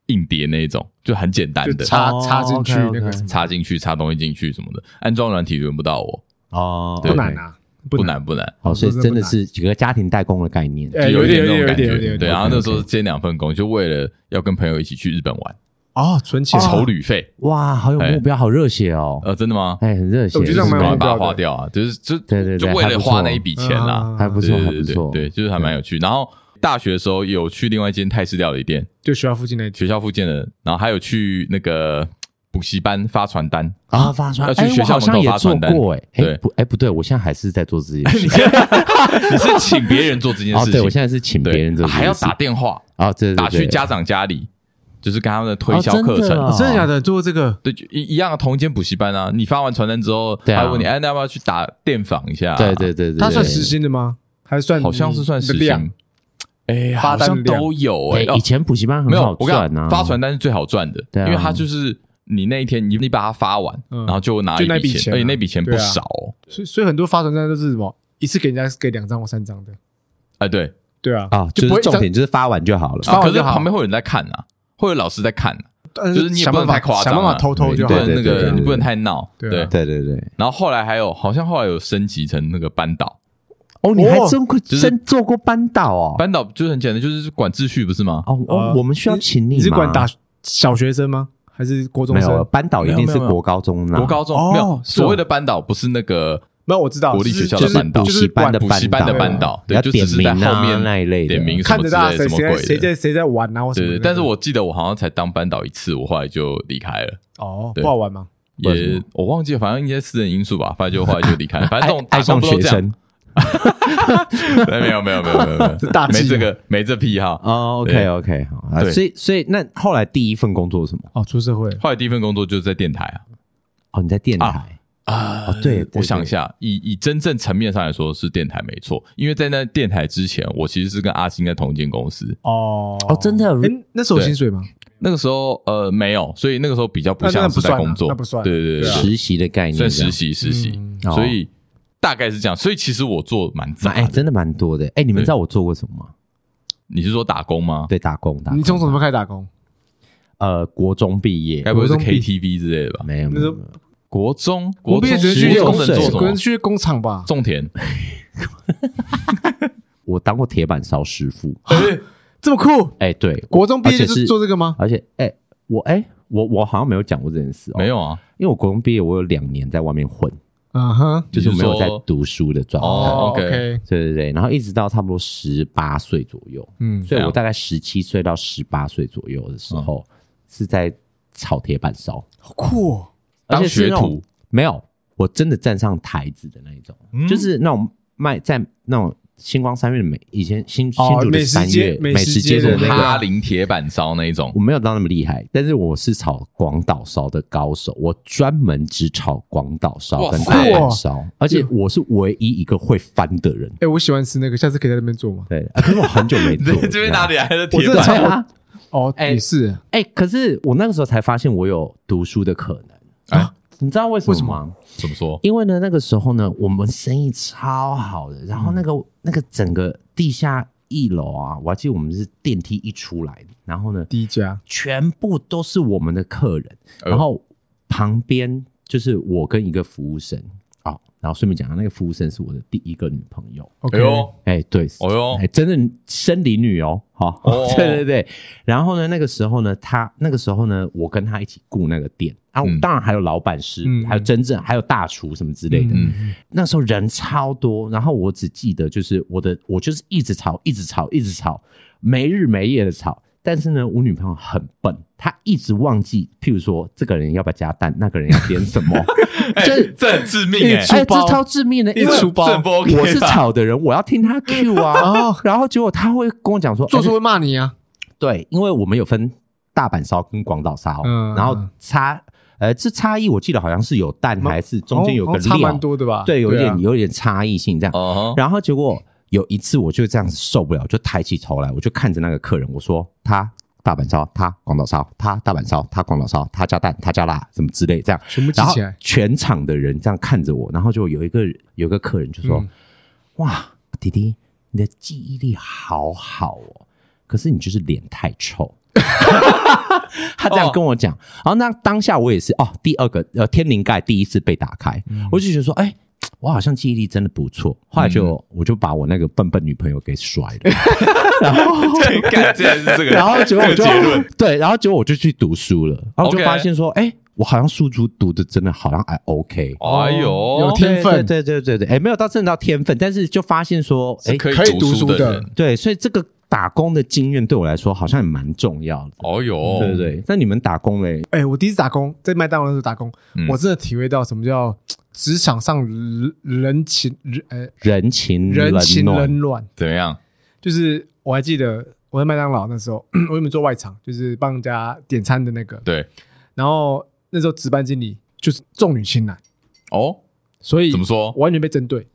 A: 硬碟那一种，就很简单
B: 就
A: 的，
B: 插
C: 哦
B: 插进去
C: OK，OK
B: 那个什么，
A: 插进去插东西进去什么的，安装软体轮不到我，
C: 哦，
A: 对
B: 不难啊，
A: 不
B: 难。
A: 难不难。
C: 哦，所以
B: 不是
C: 真的
B: 不难
C: 是几个家庭代工的概念。
B: 哎
A: 就一点
B: 有
A: 那
B: 一点
A: 种感
B: 有一点有一点有
A: 觉，
B: 一点
A: 对。然后
C: OK，OK
A: 那时候兼两份工，就为了要跟朋友一起去日本玩，
B: 哦，存钱
A: 筹旅费。
C: 哇，好有目标，好热血哦！
A: 哎呃，真的吗？
C: 哎，很热血，
B: 我觉得这样
A: 就是
B: 蛮有
A: 把
B: 目标
A: 它
B: 的
A: 花掉啊，就是就
C: 对对对
A: 就为
C: 还
A: 了
C: 不错
A: 花那一笔钱啦，
B: 啊
C: 还不
A: 对
C: 错，还
A: 对
C: 不
A: 对
C: 错。
A: 对，就是还蛮有趣。然后大学的时候有去另外一间泰式料理店，
B: 就学校附近那一区。
A: 学校附近的，然后还有去那个补习班发传单，
C: 啊，发传
A: 要去
C: 哎
A: 学
C: 我
A: 校
C: 好
A: 门
C: 像
A: 口
C: 也
A: 发
C: 做
A: 传单
C: 过哎，哎
A: 对
C: 不哎不对，我现在还是在做这 件事。
A: 你是请别人做这件
C: 哦，
A: 事情，
C: 对我现在是请别
A: 对
C: 人做这件事，
A: 还要打电话
C: 啊，对对
A: 打去
C: 对
A: 家长家里，就是跟他们的推销
C: 哦真的
A: 课程，
C: 啊
B: 哦真的假的？做过这个？
A: 对，就一一样的同一间补习班啊。你发完传单之后，
C: 对啊
A: 他会问你，哎，那要不要去打电访一下？啊
C: 对对对对，
B: 他算
C: 对
B: 时薪的吗？还是算
A: 好像是算时
B: 你的量
A: 薪，哎，
B: 发
A: 好
B: 单
A: 像
B: 量
A: 都有哎
C: 哎，以前补习班很
A: 没
C: 好
A: 有，我跟
C: 赚
A: 你讲
C: 啊，
A: 发传单是最好赚的，
C: 对啊
A: 因为它就是你那一天你你把它发完，
B: 嗯
A: 然后就拿一
B: 就那笔
A: 笔
B: 钱啊
A: 而且那笔钱不
B: 对啊
A: 少哦。
B: 所以所以很多发传单都是什么一次给人家给两张或三张的，
A: 哎，对，
B: 对啊，
C: 啊，
B: 就
C: 就
B: 不会
C: 是重点就是发完就好了。
B: 发
A: 啊
B: 完
A: 可是
B: 就好
A: 旁边会有人在看啊，会有老师在看啊，
B: 但
A: 就是你也
B: 呃想
A: 不
B: 办
A: 能
B: 法
A: 太夸张啊
B: 想办法偷偷就好
A: 对
C: 对对
A: 那个
C: 对
A: 你不能太闹，
B: 对啊
A: 对。
C: 对对对，
A: 然后后来还有，好像后来有升级成那个班导，
C: 哦，你还
B: 哦
C: 真会
A: 是
C: 真做过班导哦？
A: 班导就是很简单，就是管秩序不是吗？
C: 哦哦
B: 呃，
C: 我们需要请
B: 你
C: 吗？
B: 是管打小学生吗？还是国中
C: 没
B: 生？
A: 啊
C: 有班导一定是国高中啊啦，
A: 国高中
B: 哦
A: 没有
B: 是哦
A: 所谓的班导，不是那个
B: 没有我知道
A: 国立学校
B: 就
A: 的
B: 是
A: 班导
B: 就
C: 补
B: 是
C: 习班的
A: 补习班的班导，
C: 要
A: 对，就只
C: 点
A: 是
C: 名
A: 在
C: 啊
A: 后面
C: 那一类的
A: 点名什
B: 看
A: 么
B: 着
A: 之
B: 大
A: 类
B: 家谁
A: 什么
B: 谁
A: 鬼
B: 谁
A: 的。
B: 在谁在玩啊，或什
A: 对
B: 么
A: 对，
B: 的。
A: 但是我记得我好像才当班导一次，我后来就离开了，
B: 哦
A: 对
B: 不好玩吗？
C: 为什
A: 也
C: 么
A: 我忘记了，反正一些私人因素吧，反正就后来就离开了。反正这种
C: 爱
A: 打
C: 爱上
A: 工都
C: 学
A: 这样，
C: 生
A: 哎 没有没有没有没有没有，
B: 这大忌啊
A: 没这个没这癖好。
C: 哦
A: 对
C: ，OK OK，好啊，
A: 对
C: 所以所以那后来第一份工作是什么？
B: 哦，出社会
A: 后来第一份工作就是在电台啊
C: 哦，你在电台
A: 啊
C: 哦对对
A: 我想
C: 对
A: 一下，以以真正层面上来说是电台没错，因为在那电台之前，我其实是跟阿星在同一间公司，
B: 哦
C: 哦，真的
B: 哎，那时候有薪水吗？
A: 那个时候呃没有，所以那个时候比较不
B: 那那
A: 像是
B: 不
A: 在
B: 算啊
A: 工作，
B: 那不算
A: 对对对
B: 对啊
A: 对，
C: 实习的概念这
A: 算
C: 样，
A: 实习实习，
B: 嗯
C: 哦
A: 所以大概是这样。所以其实我做蛮
C: 蛮，
A: 杂
C: 哎，
A: 的。
C: 真的蛮多的。哎，你们
A: 对
C: 知道我做过什么
B: 嗯
C: 吗？
A: 你是说打工吗？
C: 对，打工打工
B: 你从什么时候开始打工？
C: 呃，国中毕业
A: 该不会是
B: 国中毕
A: KTV 之类的吧？
C: 没有没
B: 那时候
C: 有，没有
A: 国中
B: 我
A: 国
B: 毕
A: 中
B: 业只能
A: 实
B: 去
A: 习
C: 国
A: 工
C: 中
B: 工
A: 人
C: 水
A: 做
B: 程，
A: 什
B: 可能
A: 么？
B: 去工厂吧。
A: 种田，
C: 我当过铁板烧师傅。
B: 这么酷，
C: 哎，对，
B: 国中毕业就
C: 而且
B: 是
C: 是
B: 做这个吗？
C: 而且哎，我哎我我好像没有讲过这件事哦，
A: 没，有啊？
C: 因为我国中毕业，我有两年在外面混，
B: 嗯哼，
C: 就是
A: 你
C: 没
A: 说
C: 有在读书的状态。
A: 哦
B: 哦
A: OK
B: ，OK，
C: 对对对，然后一直到差不多十八岁左右，
B: 嗯，
C: 所以
A: 这样嗯
C: 我大概十七岁到十八岁左右的时候、是在炒铁板烧，
B: 好酷哦。
C: 而
A: 当
C: 且是
A: 学
C: 那种
A: 徒，
C: 没有，我真的站上台子的那一种，就是那种卖在那种星光三月的美，以前新新
B: 哦
C: 竹
B: 美
C: 的
B: 食
C: 三
B: 街
C: 月
B: 美食
C: 食街
B: 街
C: 的
B: 的那
C: 那
B: 个
C: 个。
A: 哈林铁板烧那一种
C: 我没有到那么厉害，但是我是炒广岛烧的高手，我专门只炒广岛烧
A: 哇
C: 跟
A: 塞
C: 大阪烧，而且我是唯一一个会翻的人。
B: 哎，我喜欢吃那个，下次可以在那边做吗？
C: 对，啊可是我很久 没做了。
A: 这边哪里来的
B: 我
A: 铁
B: 真的
A: 板？
B: 超
C: 对啊
B: 哦，
C: 哎
B: 也是，
C: 哎、可是我那个时候才发现我有读书的可能
A: 啊
C: 啊！你知道为什
B: 为什
C: 么
B: 么
C: 吗？
A: 怎么说？
C: 因为呢，那个时候呢，我们生意超好的，然后那个、
A: 嗯
C: 那个整个地下一楼啊，我还记得我们是电梯一出来，然后呢，
B: 第一家
C: 全部都是我们的客人，
A: 哎呦
C: 然后旁边就是我跟一个服务生。哦，然后顺便讲一下，那个服务生是我的第一个女朋友。
A: 哎
B: ，OK，嗯
A: 呦，
C: 哎，对，
A: 哦哟
C: 哎，真的生理女哦，好、
A: 哦
C: 对对对。然后呢，那个时候呢，他那个时候呢，我跟他一起雇那个店啊，
A: 嗯
C: 当然还有老板师，
B: 嗯
C: 还有真正还有大厨什么之类的。
B: 嗯
C: 那时候人超多，然后我只记得就是我的，我就是一直吵，一直吵，一直吵，没日没夜的吵。但是呢，我女 朋友很笨，她一直忘记，譬如说这个人要不要加蛋，那个人要点什么，这
A: 这很致命哎、
B: 一出
C: 哎，这
B: 包
C: 超致命的，
B: 一
C: 因为
B: 出包
A: 这不 OK 吧
C: 我是吵的人，我要听他 Q 啊
B: 哦，
C: 然后结果他会跟我讲说，
B: 做
C: 哎
B: 错会骂你啊，
C: 对，因为我们有分大阪烧跟广岛烧，
B: 嗯
C: 然后差呃这差异我记得好像是有蛋还是中间有
B: 哦
C: 个
B: 哦差
C: 料
B: 蛮，多的吧？
C: 对，有一点
B: 啊
C: 有一点差异性这样。
A: 哦吼，
C: 然后结果有一次我就这样子受不了，就抬起头来，我就看着那个客人，我说他。大阪烧，他广岛烧，他大阪烧，他广岛烧，他加蛋，他加辣，什么之类，这样
B: 全部记
C: 然后
B: 起来。
C: 全场的人这样看着我，然后就有一个有一个客人就说：“
B: 嗯
C: 哇，弟弟，你的记忆力好好哦，可是你就是脸太 臭。”他这样跟我讲，
A: 哦
C: 然后那当下我也是哦，第二个呃天灵盖第一次被打开，
A: 嗯
C: 我就觉得说，哎、我好像记忆力真的不错。后来
A: 嗯
C: 就、我就把我那个笨笨女朋友给甩 了，然后
A: 这干竟然是这个，
C: 然后结果我就
A: 这个结论，
C: 对，然后结果我就去读书了，然后我就
A: OK
C: 发现说，哎、我好像书读读的真的好像还 OK，
A: 哎呦，
B: 有天分
C: 哦对对对对对，哎，没有到真的到天分，但是就发现说，哎
A: 是，可
B: 可以
A: 以
B: 读
A: 读
B: 书
A: 书
B: 的
A: 人，
C: 对，所以这个打工的经验对我来说好像也蛮重要的，
A: 哦哟，
C: 对对对。那你们打工嘞？
B: 哎，我第一次打工在麦当劳的时候打工，
A: 嗯
B: 我真的体会到什么叫职场上人人情人呃
C: 人情
B: 人
C: 冷
B: 情
C: 暖
B: 冷暖。
A: 怎么样？
B: 就是我还记得我在麦当劳那时候， 我原本做外场，就是帮人家点餐的那个，
A: 对，
B: 然后那时候值班经理就是重女轻男，
A: 哦，
B: 所以
A: 怎么说
B: 我完全被针对，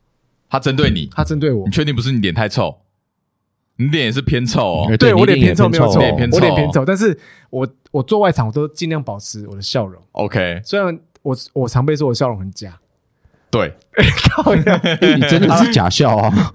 A: 他针对你，
B: 他针对我
A: 你，确定不是你脸太臭？你脸也是偏臭
C: 哎
A: 哦。
B: 对
C: 你
B: 我脸
C: 也
B: 偏臭没有错，
A: 你脸偏
B: 我脸
A: 臭
B: 偏臭，但是我我做外场我都尽量保持我的笑容，
A: OK，
B: 虽然我我常被说我笑容很假，
A: 对，
B: 靠呀
C: 哎 你真的是假笑啊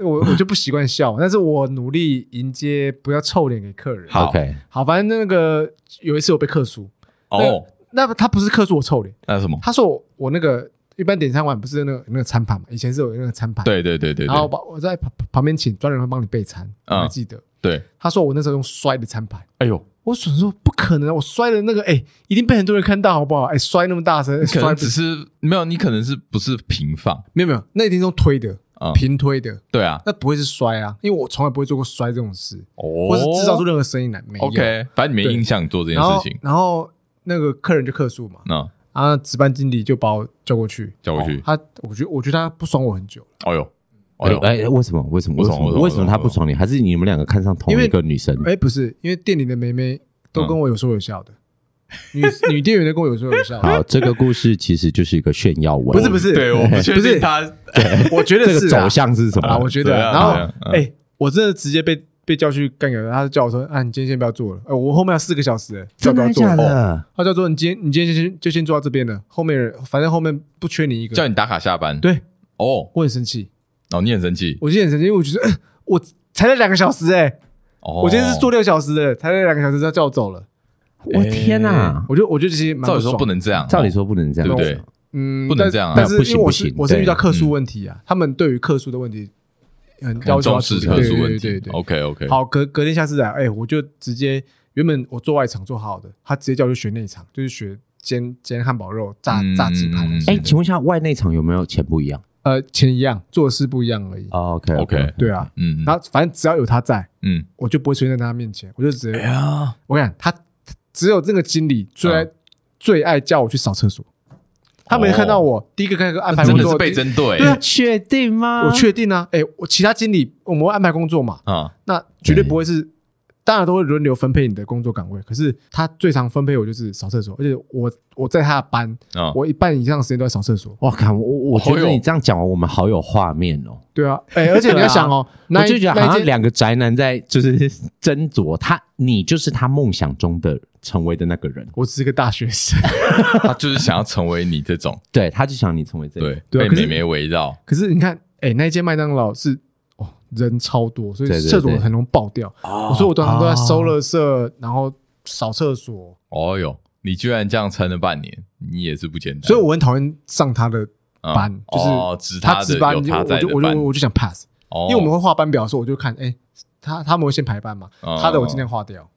B: 我我就不习惯笑，但是我努力迎接不要臭脸给客人。
A: 好
C: ！OK，
B: 好，哎反正那个有一次我被客诉，
A: 哦，
B: 那他不是客诉我臭脸。
A: 那是什么？
B: 他说我我那个一般点餐碗不是那个那个餐盘嘛，以前是有那个餐盘，，
A: 对对对对
B: 然后我
A: 对
B: 把我在旁旁边请专人会帮你备餐，
A: 嗯
B: 我还记得。
A: 对，
B: 他说我那时候用摔的餐盘，
A: 哎呦，
B: 我想说不可能啊，我摔的那个哎、一定被很多人看到好不好？哎、摔那么大声，
A: 你可
B: 摔
A: 能
B: 不
A: 只是没有，你可能是不是平放？
B: 没有没有，那一定是用推的，
A: 嗯
B: 平推的，
A: 对啊，
B: 那不会是摔啊，因为我从来不会做过摔这种事，
A: 哦，
B: 或是制造出任何声音来，没有。
A: OK，反正你没印象你做这件
B: 然
A: 事
B: 后
A: 情，
B: 然后那个客人就客诉嘛，
A: 那
B: 啊，值班经理就把我叫过去，
A: 叫过去，
B: 他我觉得我觉得他不爽我很久。
A: 哎呦，哎
C: 哎
A: 呦，
C: 哎，为什么？为什么？
A: 我
C: 为
A: 懂
C: 什
A: 我
C: 么？
A: 懂
C: 为什么他
A: 我懂
C: 不爽你？还是你们两个看上同
B: 因为
C: 一个女生？
B: 哎，不是，因为店里的妹妹都
A: 嗯
B: 跟我有说有笑的，女 女店员都跟我有说有笑的。
C: 好，这个故事其实就是一个炫耀文，
B: 不是不是，
A: 对，我不确
B: 哎不
A: 定
B: 是
A: 他
B: 我觉得
C: 这
B: 是
C: 个
B: 啊
C: 走向是什
B: 啊，我
C: 么？
B: 觉得
A: 怎
B: 啊。然
A: 样怎
B: 后
A: 样嗯
B: 哎，我真的直接被被叫去干掉了，他就叫我说：“啊，你今天先不要做了，呃，我后面要四个小时，哎要
C: 真
B: 不
C: 的
B: 要
C: 还
B: 做
C: 假？”
B: 哦
C: 的？
B: 他就说：“你今天你今天先就先做到这边了，后面人反正后面不缺你一个。
A: 叫你打卡下班，”
B: 对，
A: 哦，
B: 我很生气，
A: 哦，你很生气，
B: 我今天很生气，因为我觉得呃 我才来两个小时哎，
A: 哦，
B: 我今天是做六小时的，才来两个小时，他叫我走了，
C: 我天哪！
B: 我就我就其实蛮
A: 照理说
B: 爽
A: 不能这样，
C: 照理说不能这样，
A: 对不对？
B: 嗯，
A: 不能
B: 但
A: 这样啊
B: 但是
C: 不
B: 因
C: 行
B: 为我
C: 不
B: 是
C: 行
B: 我是遇到
C: 对
A: 嗯
B: 客诉问题啊，他们对于客诉的问题很要
A: 很
B: 求要处
A: 重
B: 理
A: 视特殊问
B: 对对
A: 题
B: 对对对。
A: ，OK OK，
B: 好，隔隔天下次来，哎，我就直接原本我做外场做好的，他直接叫我去学内场，就是学煎煎汉堡肉、炸
A: 嗯
B: 炸鸡排那些。
C: 哎，请问一下，外内场有没有钱不一样
B: 呃，钱一样，做的事不一样而已。
C: ？OK
A: OK
B: 对啊，
A: 嗯
B: 然后反正只要有他在，
A: 嗯，
B: 我就不会出现在他面前，我就直
A: 哎
B: 接
A: 呀，
B: 我跟你讲，他他只有这个经理最
A: 嗯
B: 爱最爱叫我去扫厕所，他没看到我第一个开始安排
A: 哦真
B: 工
A: 的
B: 作
A: 是，被针对，
B: 对啊
C: 确定吗
B: 我确定啊，哎、我其他经理我们会安排工作嘛，
A: 啊，
B: 那绝对不会是，当然都会轮流分配你的工作岗位，可是他最常分配我就是扫厕所，而且我我在他的班，
A: 啊，
B: 我一半以上的时间都在扫厕所。
C: 哇靠！我我觉
A: 好有
C: 得你这样讲完，我们好有画面哦。
B: 对啊，哎、而且你要想哦，
C: 我
B: 那一
C: 就觉得
B: 那一
C: 好像
B: 间
C: 两个宅男在就是斟酌他，你就是他梦想中的成为的那个人，
B: 我只是个大学生，
A: 他就是想要成为你这种，
C: 对，他就想你成为这个人。
A: 对，
B: 对啊
A: 被
B: 可是
A: 美眉围绕，
B: 可是你看，哎、那一间麦当劳是哦人超多，所以
C: 对对
B: 厕所
C: 对
B: 很容易爆掉。我说我通常都在
C: 哦
B: 收垃圾，然后扫厕所，
A: 哦哟，你居然这样撑了半年，你也是不简单，
B: 所以我很讨厌上他的
A: 嗯
B: 班，就是
A: 哦指他
B: 他
A: 的
B: 值班，
A: 有
B: 我就
A: 他
B: 我
A: 在
B: 就
A: 的
B: 我
A: 班
B: 就，我就想 pass。
A: 哦
B: 因为我们会画班表的时候，我就看，哎、他他们会先排班嘛，
A: 哦
B: 他的我尽量画掉。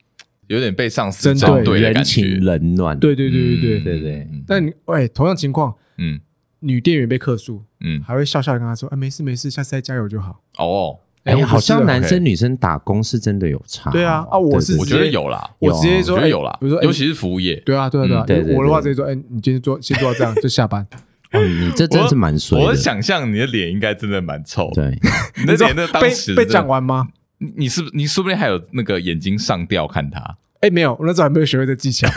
A: 有点被上司
B: 针
A: 针
B: 对
A: 对的
C: 人
A: 感
C: 情
A: 觉，
C: 冷暖。
B: 对对对对对。
C: 对对
A: 嗯
B: 但你哎、同样情况，
A: 嗯
B: 女店员被客诉，
A: 嗯，
B: 还会笑笑的跟他说，哎、没事没事，下次再加油就好。
A: 哦，
B: 哎
C: 哎、
B: 我不
C: 好
B: 是
C: 像
B: 啊
C: 男生
A: OK
C: 女生打工是真的有差哦。
B: 对啊啊我
C: 对
B: 是
C: 对
A: 我
B: 直
A: 觉得
B: 接
A: 有啦，
B: 我
C: 有
B: 直
A: 我
B: 接
A: 觉
B: 说
A: 得
B: 哎
A: 有啦
B: 比如说，哎
A: 尤其是服务业。
B: 对啊，对啊，对啊
A: 嗯
C: 对对，对
B: 我的话直接说，哎，你今天做先做到这 样，就下班。
C: 哦，你这真的是蛮衰的。
A: 我想象你的脸应该真的蛮臭的，
C: 对，
A: 你的脸那
B: 你知道
A: 当
B: 被
A: 时
B: 被
A: 真的
B: 讲，完吗？
A: 你你是不你说不定还有那个眼睛上吊看他，
B: 哎，没有，我那时候还没有学会这技 巧。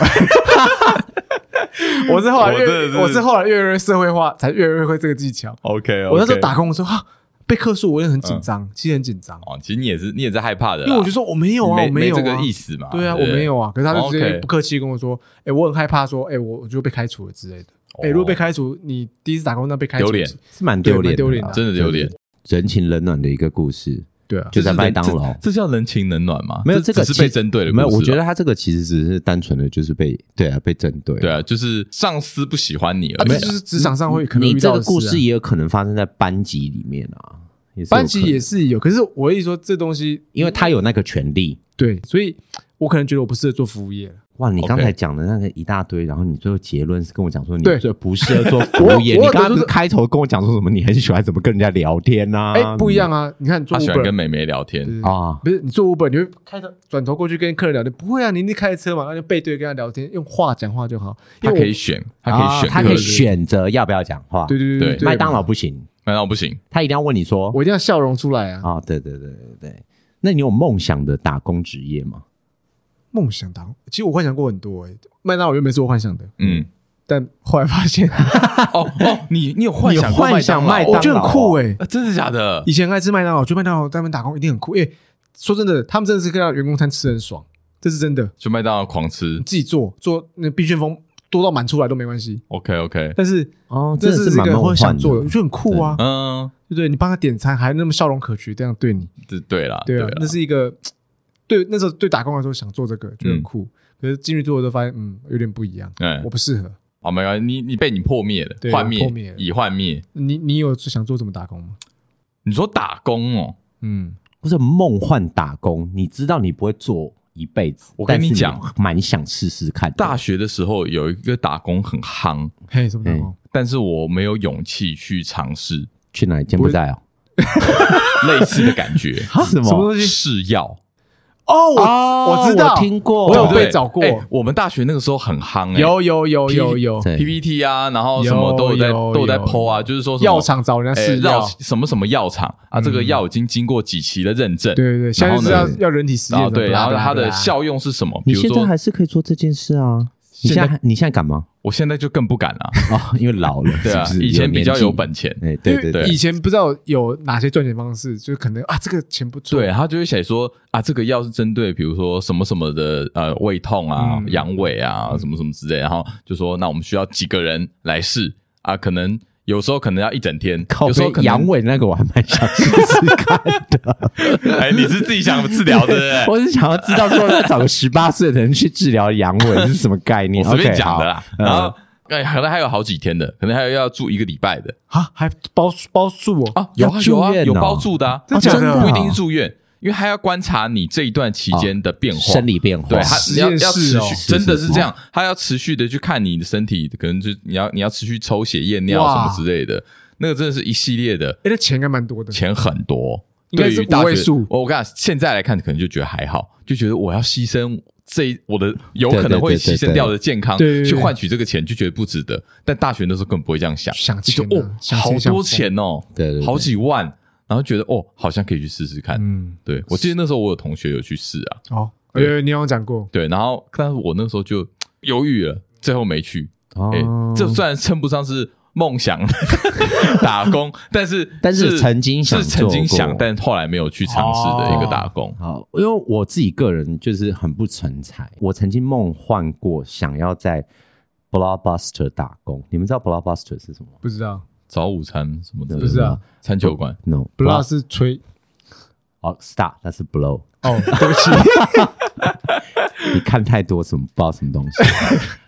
B: 我是后来
A: 我真的
B: 越
A: 是
B: 我是后来越来越社会化，才越来越会这个技巧。
A: OK，
B: 我那时候打工的时候，啊被客诉，我也很紧张，其实很紧张，
A: 哦，其实你也是你也是害怕的啦，
B: 因为我就说我没有啊，
A: 没
B: 我有
A: 这个
B: 啊
A: 意。思嘛，
B: 对啊，我
A: 不
B: 没有啊，可是他就直接
A: OK
B: 不客气地跟我说：“哎，我很害怕，说哎，我我就被开除了之类的。
A: 哦
B: 哎，如果被开除，你第一次打工那被开除，
A: 丢脸
C: 是蛮
B: 对
C: 丢脸的，
B: 蛮丢脸
A: 真的丢脸，
C: 人情冷暖的一个故事，
B: 对啊，
C: 就在
A: 这是
C: 麦
A: 人
C: 当
A: 这
C: 劳
A: 这叫人情冷暖吗？
C: 啊没有这
A: 这
C: 个
A: 只
C: 其
A: 是被针对的故事啊
C: 没
A: 吧，
C: 有，我觉得他这个其实只是单纯的就是被对啊被针对。
A: 对啊，就是上司不喜欢你
B: 啊，
A: 而
B: 这
A: 已
B: 就
A: 啊。
B: 是职场上会可能
C: 你
B: 遇
C: 这
B: 到
C: 个
B: 的
C: 故
B: 事啊
C: 事也有可能发生在班级里面啊，也是有
B: 班级
C: 可能
B: 也，是有，可是我一说这东西，
C: 因为他有那个权利。
B: 对，所以我可能觉得我不适合做服务业了。
C: 哇，你
A: OK
C: 刚才讲的那个一大堆，然后你最后结论是跟我讲说你
B: 对
C: 最不适合做服务业。
B: 我
C: 你
B: 我
C: 刚
B: 就
C: 刚
B: 是
C: 开头跟我讲说什么？你很喜欢怎么跟人家聊天呐？
B: 哎，不一样啊！你看你做
A: 他喜欢跟
B: Uber，
A: 美眉聊天，
B: 对
C: 啊！
B: 不是你做 Uber，你会开着转头过去跟客人聊天，不会啊，你一定开着车嘛，那就背对跟他聊天，用话讲话就好。因
A: 他
B: 为
A: 可
B: 我
A: 以选，他可以选，
C: 啊他可以
A: 对
C: 选择要不要讲话。
B: 对对
A: 对
B: 对对，
C: 麦当劳不行，
A: 麦当劳不行，
C: 他一定要问你说
B: 我一定要笑容出来啊！
C: 啊，对对对对对。那你有梦想的打工职业吗？
B: 梦想打工，其实我幻想过很多哎，麦当劳原本是我幻想的，
A: 嗯，
B: 但后来发 现
A: 哦哦，你你有幻想过
C: 你幻想麦
A: 麦
C: 当
A: 当劳
C: 劳
B: 我觉得很酷哎，
A: 啊真的假的
B: 以？前很爱吃麦当劳，去麦当劳在那边打工一定很酷，因为说真的，他们真的是跟员工餐吃得很爽，这是真的。
A: 去麦当劳狂吃
B: 你自己做做那必旋风多到满出来都没关系，
A: ，OK OK，
B: 但是
C: 哦，
B: 这
C: 真的
B: 是
C: 是
B: 一
C: 蛮
B: 个
C: 梦
B: 会
C: 幻
B: 想
C: 的
B: 做的，我觉得很酷啊，
A: 嗯，
B: 对不对？你帮他点餐还那么笑容可掬，这样对你，
A: 这对啦，
B: 对
A: 啦
B: 啊，，那是一个对那时候对打工来说想做这个就很酷，
A: 嗯
B: 可是进去做的都发现嗯有点不一样，
A: 哎
B: 我，不适合。
A: 哦，没关系，你你被你破灭了，
B: 对
A: 幻灭
B: 我破灭，了
A: 已幻灭。
B: 你你有想做什么打工吗？
A: 你说打工哦，
B: 嗯，
C: 或者梦幻打工，你知道你不会做一辈子，
A: 我跟
C: 但是
A: 你
C: 你
A: 讲，
C: 蛮想试试看的。
A: 大学的时候有一个打工很夯，
B: 嘿，什么打工？
A: 但是我没有勇气去尝试
C: 去哪里柬埔寨哦？
A: 类似的感觉，
C: 什
B: 啊什么
C: 么？
B: 东西？
A: 是药。
B: 哦，我
C: 哦
B: 我知道，
C: 我听过
B: 我有
A: 对不对
B: 被找过，
A: 哎我们大学那个时候很夯，哎
B: 有有有有有，
C: 对
A: PPT 啊，然后什么
B: 有
A: 都有在
B: 有
A: 都有在
B: 有
A: PO 啊，就是说什么
B: 药厂找人家
A: 哎
B: 试
A: 药
B: 药，
A: 什么什么药厂啊，这个药已经经过几期的认证，
B: 对对对，现在
A: 然后
B: 是
A: 呢
B: 要要人体实
A: 然后
B: 验，
A: 对，然后它的
B: 效。
A: 效用是什么？比
C: 你
A: 如
C: 现在
A: 说，
C: 还是可以做这件事啊？你
A: 现
C: 现
A: 在
C: 在还你现在敢 吗？
A: 我现在就更不敢了，
C: 哦，因为老了，
A: 对啊
C: 是不，是
A: 以前比较有
C: 有年纪。
A: 本钱，
C: 哎，对对
B: 因为
C: 对
B: 以，前不知道有哪些赚钱方式，就是可能啊，这个钱不错，
A: 对，他就会写说啊，这个药是针对比如说什么什么的呃胃痛啊、
B: 嗯
A: 阳痿啊、什么什么之类，然后就说那我们需要几个人来试啊，可能有时候可能要一整天，
C: 靠
A: 有时候可
C: 背
A: 能
C: 阳，痿那个我还蛮想试试看的，
A: 哎，你是自己想治疗的，对不对
C: 我是想要知道说要找个十八岁的人去治疗阳痿是什么概念？
A: 我随便
C: OK，
A: 讲的啦
C: 好。嗯
A: 然后哎，可能还有好几天的，可能还有要住一个礼拜的
B: 啊，还包包住我，
A: 啊，有啊
C: 要住
A: 有啊，
C: 院
A: 有
C: 哦
A: 包住的啊，
B: 真假的
A: 而且不一定
C: 啊
A: 是住院，因为还要观察你这一段期间的变化，
C: 哦生理变化，
A: 对，他
B: 实
A: 你要
B: 验
A: 要持
B: 室哦
A: 续，
C: 是
A: 真的
C: 是
A: 是
C: 是
A: 这样，他要持续的去看你的身体，可能就你要你要持续抽血验尿什么
B: 哇
A: 之类的，那个真的是一系列的
B: 哎，那钱应该蛮多的，
A: 钱很多。
B: 应该
A: 对
B: 是
A: 于大
B: 五位
A: 学
B: 数
A: 我我跟你讲，现在来看可能就觉得还好，就觉得我要牺牲这一我的有
C: 对
A: 可
C: 对
A: 能会
C: 对
A: 牺
C: 对
A: 牲
C: 对
A: 掉的健康，
B: 对对对
A: 去换取这个钱，就觉得不值得。但大学那时候根本不会这样想，
B: 想
A: 就
B: 钱
A: 觉得哦
B: 啊，想
A: 好
B: 钱想
A: 多
B: 疯
A: 钱哦，
C: 对对对
A: 好几万，然后觉得哦，好像可以去试试看。
B: 嗯，
A: 对我记得那时候我有同学有去试啊，
B: 哦，哎，你有讲过，
A: 对，然后但是我那时候就犹豫了，最后没去。哎、
C: 哦，
A: 这虽然称不上是梦想 打工，但是
C: 但是曾经想
A: 是曾经
C: 做过哦
A: 想，但后来没有去尝试的一个打工。
C: 好，因为我自己个人就是很不成才，我曾经梦幻过想要在 Blockbuster 打工。你们知道 Blockbuster 是什么吗
B: 不知道
A: 早午餐什么的，
C: 不
B: 是啊，
A: 餐酒馆
C: ？No，
B: 不知道是吹
C: 哦，Star 那是 Blow。
B: 哦，对不起，
C: 你看太多什么不知道什么东西。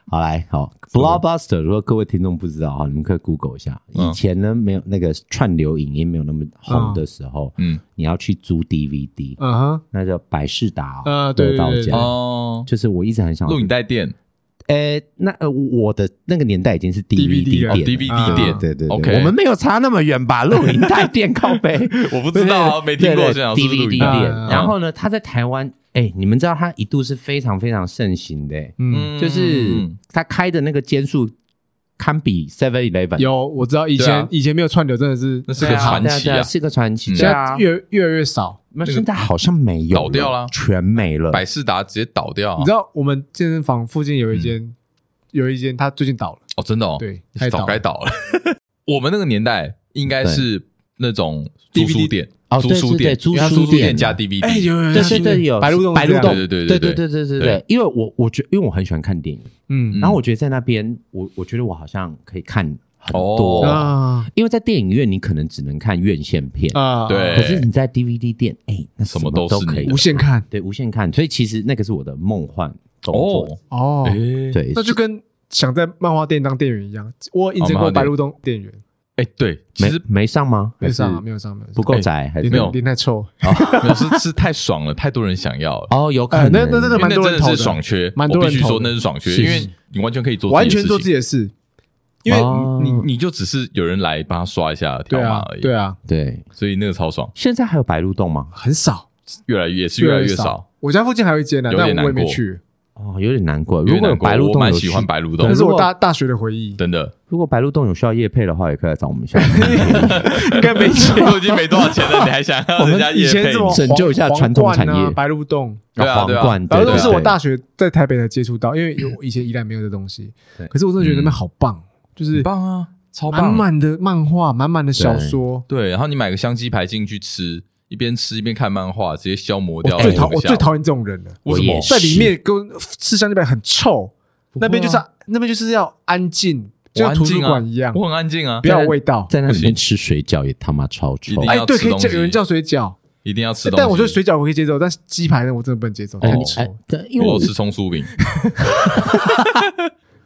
C: 好来，好 Blockbuster，如果各位听众不知道哈，你们可以 Google 一下。
A: 嗯
C: 以前呢，没有那个串流影音没有那么红的时候，
A: 嗯
C: 嗯，你要去租 DVD，
B: 嗯哼，
C: 那叫百事达
B: 啊
C: 哦
B: 对
C: 得到
B: 对对
C: 家，
A: 哦，
C: 就是我一直很想要
A: 录
C: 去
A: 影带店
C: 呃，那呃，我的那个年代已经是
B: DVD
C: 店
B: 了
A: 哦
C: 了
B: 啊
A: ，DVD
C: 对
A: 店，
C: 对对对
A: OK
C: 我们没有差那么远吧？录影带店靠 背，
A: 我不知道啊，没听过
C: 对对
A: 现在
C: DVD
B: 带
C: 店
A: 啊
B: 嗯。
C: 然后呢，他在台湾，哎，你们知道他一度是非常非常盛行的，哎
B: 嗯，
C: 就是他开的那个间数堪比 Seven Eleven，
B: 有我知道以
A: 对
B: 前
A: 啊
B: 以前没有串流真的是
A: 那，是个传奇
C: 对
A: 啊，
C: 是个传奇，
A: 嗯
B: 现
C: 对啊
B: 在。越越来越少。
C: 那现在好像没有，
A: 倒掉了
C: 全没了。
A: 百事达直接倒掉啊，
B: 你知道我们健身房附近有一
A: 嗯
B: 间有一间，它最近倒了，
A: 哦，真的哦，
B: 对，开
A: 早
B: 倒
A: 该
B: 了。
A: 倒了。 我们那个年代应该是那种租
B: DVD
A: 书店，
C: 哦
A: 租
C: 对
A: 书
C: 对对
A: 店，
C: 租
A: 书
C: 书店啊
A: 加
B: 哎，
A: DVD，
B: 有有有
C: 对对对，有
B: 白鹿洞，
C: 白鹿洞，对
A: 对对
C: 对
A: 对对
C: 对对对
A: 对
C: 对，因为我我觉，因为我很喜欢看电影，
B: 嗯
C: 然后我觉得在那边，我我觉得我好像可以看很
A: 我
C: 多，
B: 啊
C: 因为在电影院你可能只能看院线片，
B: 啊，
A: 对
C: 可是你在 DVD 店，哎，那
A: 什
C: 什
A: 么
C: 么
A: 都是
C: 可以
A: 你的
B: 无，限看
C: 对，无限看，所以其实那个是我的梦幻工作，
A: 哦，
B: 哦，
A: 哎
C: 对，
B: 那就跟想在漫画店当店员一样，我有应征
A: 哦漫画
B: 过
A: 店
B: 白鹿洞店员，
A: 哎，对，其
C: 没
A: 实
C: 没上吗？
B: 没有上啊，
C: 还是
B: 没有上，没有上
C: 不够宅还是
B: 脸
A: 哎没有
B: 脸太臭，
A: 没有是是太爽了，太多人想要了。
C: 哦，有可
B: 哎
C: 能，
B: 那那真的
A: 因为
B: 蛮
A: 啊那
B: 多
A: 真
B: 人投
A: 的
B: 的
A: 是爽缺，
B: 蛮多
A: 我
B: 人
A: 必须
B: 投
A: 说
B: 的
A: 那是爽缺，
B: 是
A: 因为你完全可以做
B: 完全做自
A: 己
B: 己的事，
A: 的事情，因
C: 哦
A: 为你你你就只是有人来帮他刷一下条
B: 对
A: 码
B: 啊
A: 而已，，
B: 对啊，
C: 对。
A: 所以那个超爽，
C: 现在还有白鹿洞吗？
B: 很少，
A: 越来越也是越来越少，。
B: 我家附近还有一间呢，啊
A: 有
B: 但
A: 点
B: 我也
A: 难
B: 没
A: 过
B: 去，
C: 哦，有点难过。
A: 有
C: 如
A: 点
C: 果有
A: 难过
C: 白鹿
A: 我
C: 洞
A: 蛮
C: 有
A: 喜欢
C: 需
A: 白鹿洞
B: 那
C: 对，
B: 是
C: 如
B: 我
C: 果
B: 大大学的回忆，
A: 真的，
C: 如果白鹿洞有需要叶配的话，也可以来找我们一下。
B: 应该没钱
A: 都已经没多少钱了，你还想要
B: 我
A: 人
B: 们
A: 家
B: 以
A: 业
B: 前
A: 配
B: 这？么
C: 拯救一下传统产业
B: 白鹿洞，
A: 对啊
C: 皇
A: 对啊
C: 冠，
B: 白
C: 对
B: 鹿洞
C: 对
B: 是我
C: 对
B: 大学在台北才接触到，因为有 我以前宜兰没有的东西
C: 对。
B: 可是我真的觉得那边好棒，就是
A: 很棒啊，超
B: 满
A: 嗯棒！
B: 满的漫画，满满的小说。
A: 对，然后你买个香鸡排进去吃，一边吃一边看漫画，直接消磨掉
B: 我
A: 了
B: 最
A: 整
B: 讨
A: 个下午。
B: 我最讨厌这种人了，
A: 为什
C: 我
A: 么
C: 也？是
B: 在里面跟吃香那边很臭，那边就是那边就是要安静，就像
A: 啊我
B: 图
A: 安
B: 书
A: 静啊
B: 馆一样，
A: 我很安静啊
B: 不，要有味道。
C: 在那里面吃水饺也他妈超
A: 一
C: 臭
A: 定。要
B: 哎，对，可以
A: 吃东西
B: 叫有人叫水饺，
A: 一定要吃东西。哦
B: 但我觉得水饺我可以接受，但是鸡排呢，我真的不能接受，
C: 哎
B: 太
C: 你
B: 臭
C: 哎
B: 了。
C: 对，因为
A: 我
C: 我
A: 有吃葱酥饼，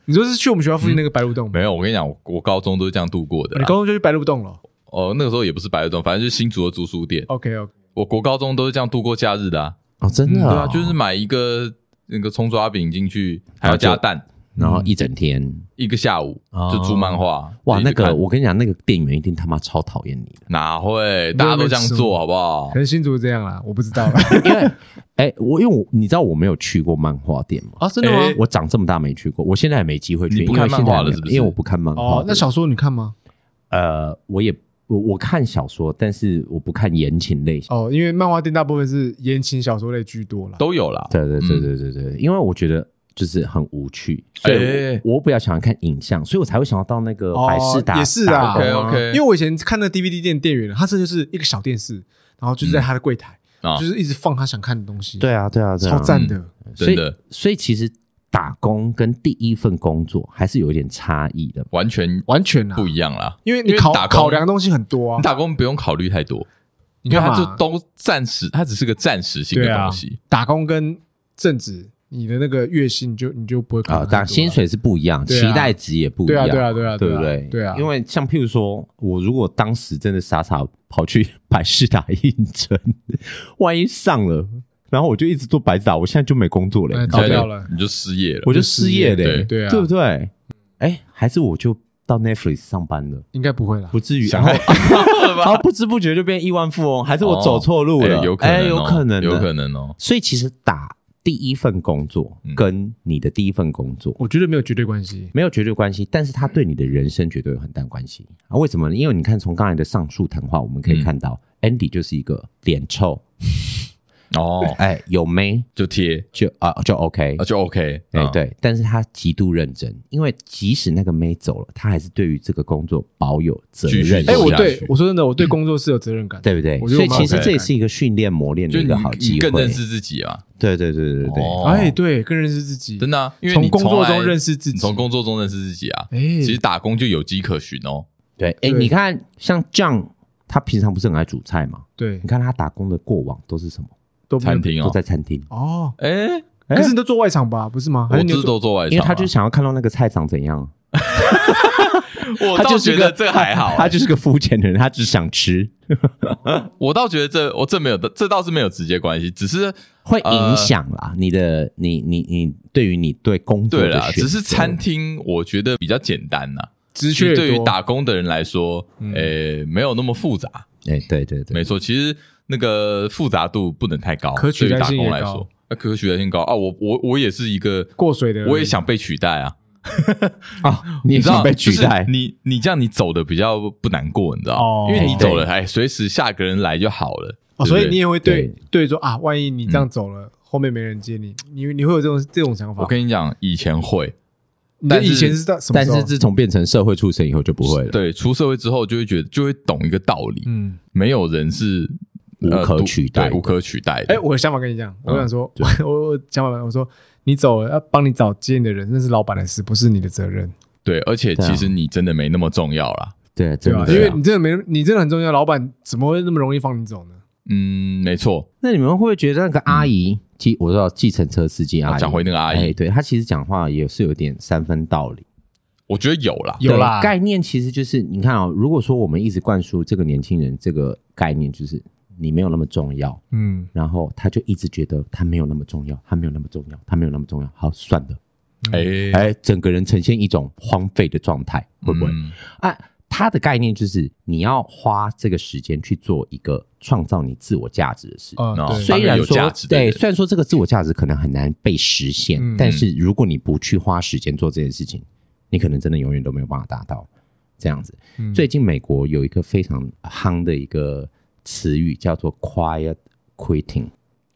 B: 你说是去我们学校附近那个白鹿洞吗？
A: 没有。我跟你讲，我我高中都是这样度过的
B: 你
A: 啦。
B: 高中就去白鹿洞了
A: 哦，那个时候也不是白日洞，反正就是新竹的租书店。
B: ？OK OK，
A: 我国高中都是这样度过假日的啊。
C: 哦，真的
A: 对
C: 哦
A: 啊，就是买一个那个葱抓饼进去，还要加蛋，
C: 然后一整天，
A: 一个下午
C: 哦
A: 就租漫画。
C: 哇，
A: 自
C: 那
A: 己去
C: 个
A: 看
C: 我跟你讲，那个店员一定他妈超讨厌你的，
A: 哪会？大家都这样做好不好
B: 可？能新竹这样啦，我不知 道啦。
C: 因为哎，我因为我你知道我没有去过漫画店吗？
B: 啊，真
A: 的吗哎
C: 我长这么大没去过，我现在也没机会去，
A: 你
C: 因
A: 不
C: 为
A: 看
C: 现
A: 漫画
C: 在
A: 了
C: 没有
A: 是不是
C: 因为我不看漫画
B: 哦
C: 的。，
B: 那小说你看吗？
C: 呃，我也我我看小说，但是我不看言情类型。
B: 哦，因为漫画店大部分是言情小说类居多啦。
A: 都有啦。
C: 对对对
A: 嗯
C: 对对对，因为我觉得就是很无趣，所以
A: 哎
C: 我我比较想要看影像，所以我才会想要到那个
B: 哦
C: 百事达、
B: 也是啊
C: 打工
A: OK，OK
B: 因为我以前看那 DVD 店店员，他这就是一个小电视，然后就是在他的柜台，
A: 啊
B: 就是一直放他想看的东西，，
C: 对啊对啊对啊，
B: 超赞的。
C: 所以
A: 真的
C: 所以其实打工跟第一份工作还是有一点差异的。
A: 完全
B: 完全啊
A: 不，一样啦。
B: 因为你
A: 因为
B: 考
A: 打工
B: 考量的东西很多啊
A: 你，打工不用考虑太多，
B: 你
A: 因为
B: 看
A: 它
B: 嘛
A: 就都暂时，它只是个暂时性的
B: 对啊
A: 东西。
B: 打工跟正职，你的那个月薪你就你就不会考
C: 啊
B: 量，很
C: 当然
B: 多
C: 薪水是不一样，
B: 对啊
C: 期待值也不一
B: 对
C: 样，
B: 啊对啊对啊
C: 对
B: 啊
C: 不对？
B: 对啊，
C: 因为像譬如说，我如果当时真的傻傻跑去百事达应征，万一上了，然后我就一直做百事达，我现在就没工作了，
B: 哎
C: 你知道吗
B: 搞
A: 现在
B: 掉
A: 就
B: 了
A: 你就失业了。
C: 我就失业
A: 对
C: 嘞，
B: 对啊
C: 对不对？哎，还是我就到 Netflix 上班了，
B: 应该不会啦。
C: 不至于，然后 然后不知不觉就变亿万富翁，还是我走错路了？
A: 哎有可能
C: 哎，
A: 哦，
C: 有可能，
A: 有可。能哦。
C: 所以其实打第一份工作
A: 嗯
C: 跟你的第一份工作
B: 我觉得没有绝对关系，
C: 没有绝对关系，但是它对你的人生绝对有很大关系啊！为什么呢？因为你看从刚才的上述谈话，我们可以看到、Andy
A: 嗯
C: 就是一个脸臭，
A: 哦，
C: 哎，有妹
A: 就贴
C: 就啊、就 OK，
A: 啊，就 OK。
C: 哎、
A: 嗯，
C: 对，但是他极度认真，因为即使那个妹走了，他还是对于这个工作保有责
A: 继续
C: 任
A: 做
B: 哎、
C: 心，
B: 我
A: 下
B: 对
A: 去
B: 我说真的，我对工作是有责任感的。
C: 对不对
B: 我？觉得
C: 所以
B: 我蛮
C: 其实
A: OK
C: 这也是一个训练磨练的
A: 就
C: 一
A: 你
C: 个好
A: 你
C: 机会
A: 更，认识自己啊，
C: 对对对对对，
A: 哦
B: 哎、对，更认识自己，
A: 真的啊，因为
B: 从
A: 你
B: 工作中认
A: 识
B: 识自己，
A: 从工作中认识自己啊。
B: 哎、
A: 其实打工就有迹可循哦。
C: 对，哎、
B: 对
C: 你看像 John，他平常不是很爱煮菜吗？
B: 对
C: 你看他打工的过往都是什么？
B: 都没有
A: 餐厅
C: 都
A: 哦
C: 在，餐厅，
B: 哦，
A: 哎，
B: 可是你都做外场吧，不是吗？还
A: 我
B: 是你有
A: 这
B: 做
A: 都做外啊
C: 因为
A: 场啊，
C: 他就想要看到那个菜长怎样。
A: 我
C: 他
A: 倒
C: 就是
A: 觉
C: 个
A: 得这还好、 啊
C: 他就是个肤浅的人，他只想吃，
A: 我倒觉得这我这没有，这倒是没有直接关系，只是
C: 会影响啦、你的你你你对于你对工作
A: 呃对
C: 的
A: 啦，
C: 选
A: 只是
C: 择
A: 餐厅我觉得比较简单呐、
B: 职
A: 其
B: 缺
A: 实对
B: 也
A: 于
B: 多，
A: 打工的人来说，
B: 嗯
A: 诶、没有那么复杂。
C: 哎、对对对，
A: 没错，其实那个复杂度不能太高，
B: 可取代性
A: 对于
B: 也
A: 打工来
B: 高
A: 说，那可取代性高啊！我我我也是一个，
B: 过水的人，
A: 我也想被取代啊！
C: 啊，你也
A: 你知道
C: 想被取代？
A: 就是你你这样你走的比较不难过，你知道吗？
B: 哦
A: 因为你走了，
C: 对
A: 哎，随时下个人来就好了。
B: 哦，
A: 对不
B: 所以
A: 对嗯
B: 你也会对
C: 对
B: 对说啊，万一你这样走了，后面没人接你，你你会有这种这种想法
A: 我？跟你讲，以前会，
B: 你
A: 但是
B: 以前是到什么
C: 但
B: 时候？啊
C: 是自从变成社会畜生以后就不会了，
A: 对，出社会之后就会觉得就会懂一个道理，
B: 嗯，
A: 没有人是呃
C: 无可
A: 独
C: 取代的
A: 对无可取代的。
B: 哎，我的想法跟你讲，我
A: 嗯
B: 想说，我我我想法，我说你走了要帮你找接你的人，那是老板的事，不是你的责任，
A: 对，而且
C: 对啊
A: 其实你真的没那么重要啦。
C: 对
B: 对
C: 真
B: 吧？
C: 的，
B: 因
A: 啊
B: 为你真的没你真的很重要，老板怎么会那么容易放你走呢？
A: 嗯，没错。
C: 那你们会不会觉得那个阿姨，计我知道计程车司机阿姨，
A: 我嗯啊讲回那个阿
C: 哎，
A: 姨，
C: 对她其实讲话也是有点三分道理。
A: 我觉得有啦。
B: 有啦
C: 对概念其实就是你看啊、如果说我们一直灌输这个年轻人这个概念，就是你没有那么重要，
B: 嗯，
C: 然后他就一直觉得他没有那么重要，他没有那么重要，他没有那么重要，好算了，
A: 哎，
C: 哎，整个人呈现一种荒废的状态，会不会？
A: 嗯
C: 啊，他的概念就是你要花这个时间去做一个创造你自我价值的事。
B: 哦，
A: 那
B: 对
A: 所
C: 虽然
A: 当然有
C: 说
A: 价值的
C: 对，
A: 人
C: 虽然说这个自我价值可能很难被实现，
B: 嗯
C: 但是如果你不去花时间做这件事情，你可能真的永远都没有办法达到这样子。
B: 嗯
C: 最近美国有一个非常夯的一个词语叫做 “quiet quitting”，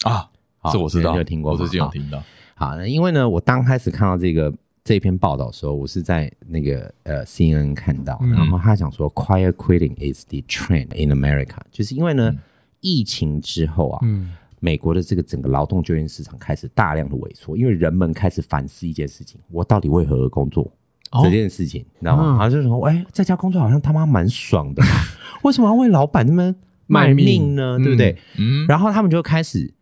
A: 啊，
C: 好
A: 这我知道，
C: 你有听过
A: 我
C: 吗？
A: 最近有
C: 好
A: 听到。
C: 好，那因为呢，我当开始看到这个这篇报道的时候，我是在那个呃 CNN 看到，
B: 嗯
C: 然后他讲说，quiet quitting is the trend in America，就是因为呢，疫情之后啊，
B: 嗯
C: 美国的这个整个劳动就业市场开始大量的萎缩，因为人们开始反思一件事情：我到底为何而工作？
B: 哦
C: 这件事情，你知道吗？
B: 嗯
C: 然后就说，哎、在家工作好像他妈蛮爽的嘛，为什么要为老板那么卖
B: 卖命
C: 命呢？对不
B: 嗯
C: 对？
A: 嗯，
C: 然后他们就开始，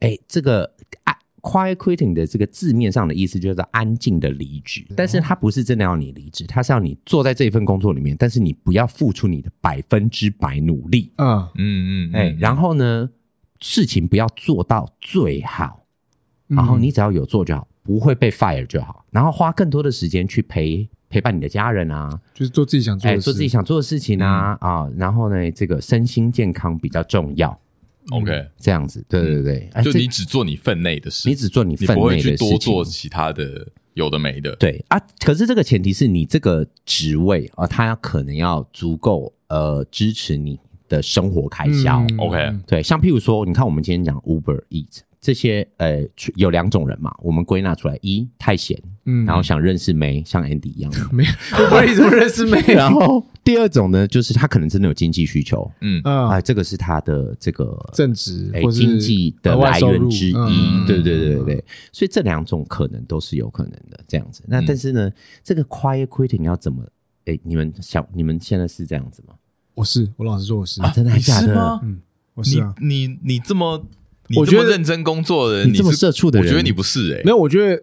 C: 哎，这个啊 quiet quitting 的这个字面上的意思就是安静的离职，但是它不是真的要你离职，它是要你坐在这份工作里面，但是你不要付出你的百分之百努力，
B: 嗯
A: 嗯嗯，
C: 哎，
A: 嗯
C: 然后呢，事情不要做到最好，
B: 嗯
C: 然后你只要有做就好，不会被 fire 就好，然后花更多的时间去陪陪伴你的家人啊，
B: 就是做自己想做
C: 哎，
B: 的事，
C: 做自己想做的事情啊啊，然后呢，这个身心健康比较重要。
A: OK，
C: 这样子，对对对，嗯哎
A: 就
C: 这
A: 你只做你分内的事，
C: 你只做你
A: 你
C: 分
A: 不会
C: 内
A: 去
C: 的事
A: 多
C: 情。
A: 做其他的有的没的。
C: 对啊，可是这个前提是你这个职位啊，它可能要足够呃支持你的生活开销。
B: 嗯
A: OK
B: 嗯
C: 对，像譬如说，你看我们今天讲 Uber Eat 这些，呃，出有两种人嘛，我们归纳出来：一太闲，
B: 嗯
C: 然后想认识梅，像 Andy 一样；
B: 没有，我为什么认识妹？
C: 然后第二种呢，就是他可能真的有经济需求
A: 嗯，
C: 啊、
B: 嗯，
C: 这个是他的这个
B: 正职
C: 哎
B: 或是
C: 经济的
B: 额外
C: 来
B: 收
C: 源
B: 入
C: 之一，
B: 嗯
C: 对对对对对，所以这两种可能都是有可能的这样子。那
A: 嗯
C: 但是呢，这个 quiet quitting 要怎么？哎，你们想，你们现在是这样子吗？
B: 我是我老实说我是
C: 啊，真的还
A: 你
C: 假
A: 是
C: 的
A: 吗？？
B: 嗯，我是
A: 你
B: 啊，
A: 你你这么，你
B: 我
A: 这么
B: 觉得
A: 认真工作的人，
C: 你这么
A: 是
C: 社畜的人
A: 我觉得你不是哎
B: 没，有，我觉得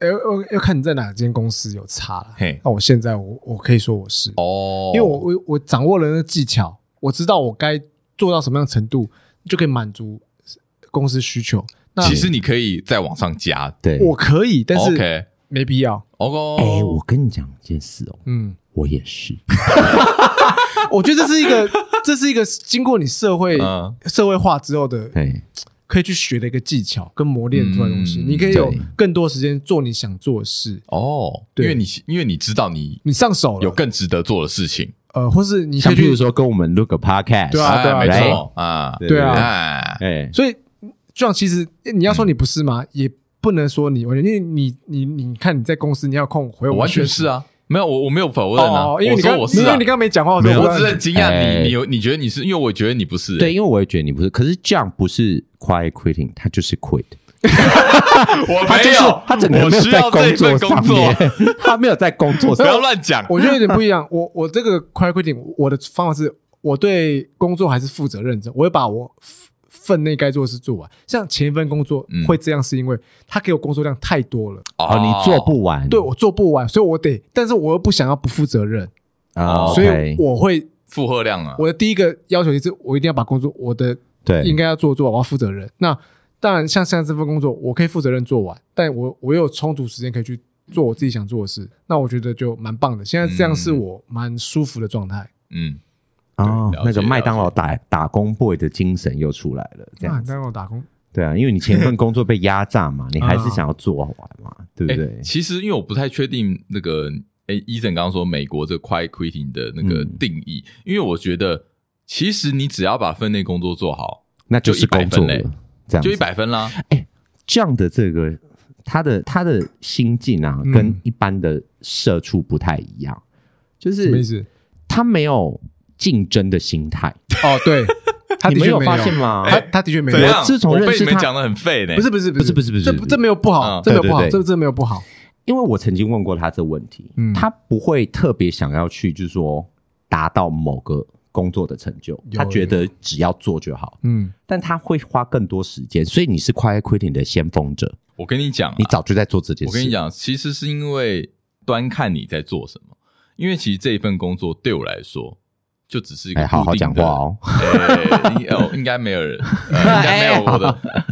B: 哎要要看你在哪间公司有差了
A: 嘿。
B: 那我现在我我可以说我是，
A: 哦，
B: 因为我我我掌握了那个技巧，我知道我该做到什么样的程度，就可以满足公司需求。那
A: 其实你可以再往上加。哦
C: 对，
B: 我可以，但
C: 哦
B: 是
A: OK 哦
B: 没必要。
A: OK，
C: 哎，我跟你讲一件事哦，
B: 嗯，
C: 我也是，
B: 我觉得这是一 个这是一个经过你社会
A: 嗯
B: 社会化之后的
C: 哎，
B: 可以去学的一个技巧跟磨练出来的东西，
A: 嗯
B: 你可以有
C: 对
B: 更多时间做你想做的事，
A: 哦，因
B: 对
A: 为你因为你知道你
B: 你上手了
A: 有更值得做的事情，
B: 呃，或是你可
C: 像
B: 以
C: 譬如
B: 去，
C: 说跟我们录个 podcast，
B: 对啊
A: 哎没
C: 对
A: 错啊，
C: 对
B: 对啊，
A: 哎，
C: 哎，
B: 所以这样其实你要说你不是吗？也不能说你完全，因为你你你你看你在公司你要有空回
A: 我
B: 我
A: 完全是
B: 啊，
A: 啊，没有我我没有否认啊
B: 哦，，因为
A: 我
B: 你
A: 说
B: 刚
A: 我是
B: 因
A: 啊
B: 为你，刚没讲话，我
A: 没有，
B: 说
A: 我只是很惊讶
C: 哎
A: 你你有你觉得你是，因为我觉得你不是，欸
C: 对，因为我也觉得你不是，可是这样不是 quiet quitting，它就是 quit。
A: 我
C: 他就
A: 没
C: 是
A: 有，
C: 他整个
A: 我
C: 没有
A: 需
C: 在
A: 要这一份
C: 作上
A: 工作，
C: 面， 他没有在工作
A: 不
C: 上
A: 要乱 讲，
B: 我觉得有点不一样。我我这个 quiet quitting，我的方法是我对工作还是负责认真，我会把我分内该做的事做完。像前一份工作
A: 嗯
B: 会这样，是因为他给我工作量太多了，
C: 哦，你做不完，
B: 对我做不完，所以我得，但是我又不想要不负责任，
C: 啊，
A: 哦
B: 所
C: OK
B: 以我会
A: 负荷量啊，
B: 我的第一个要求就是我一定要把工作我的
C: 对
B: 应该要做做，我要负责任。那当然，像现在这份工作，我可以负责任做完，但我我有充足时间可以去做我自己想做的事，那我觉得就蛮棒的。现在这样是我蛮舒服的状态。
A: 嗯，
C: 哦
A: 对了，解
C: 那个麦当劳
A: 了解
C: 打打工 boy 的精神又出来了，这
B: 那
C: 样
B: 很
C: 子。
B: 让我打工，
C: 对啊，因为你前一份工作被压榨嘛，你还是
B: 啊
C: 想要做完嘛，对不
A: 哎、
C: 对？
A: 其实因为我不太确定那个，哎、医生刚刚说美国这 quiet quitting 的那个
C: 嗯
A: 定义，因为我觉得其实你只要把分内工作做好，
C: 那就是工作
A: 就100分嘞
C: 了，这样
A: 就
C: 子
A: 一百分啦。
C: 这样的这个他的他的心境啊，
B: 嗯
C: 跟一般的社畜不太一样，就
B: 什么意
C: 是
B: 思？
C: 他没有竞争的心态，
B: 哦， 对，他的
C: 你们
B: 确没
C: 有
B: 有
C: 发现？吗？
B: 他他的确没
A: 怎
B: 有，
A: 样？
C: 自从
A: 我被
C: 认识
A: 你们
C: 他
A: 讲的很废呢、
B: 不是不是
C: 不是不是不是
B: 这
C: 不是
B: 这没有不好，
A: 嗯
B: 这没有不好，
C: 对对
B: 这
C: 对
B: 这没有不好。
C: 因为我曾经问过他这问题，
B: 嗯
C: 他不会特别想要去，就是说达到某个工作的成就，
B: 有
C: 他觉得只要做就好，
B: 嗯，
C: 但他会花更多时间，所以你是 quiet quitting 的先锋者，
A: 我跟你讲啊、
C: 你早就在做这件事。
A: 我跟你，讲，其实是因为端看你在做什么，因为其实这一份工作对我来说。就只是一个
C: 哎，好好
A: 固定
C: 讲
A: 的
C: 话哦，
A: 呃，应哦应该没有人，呃应该没有我的，
C: 哎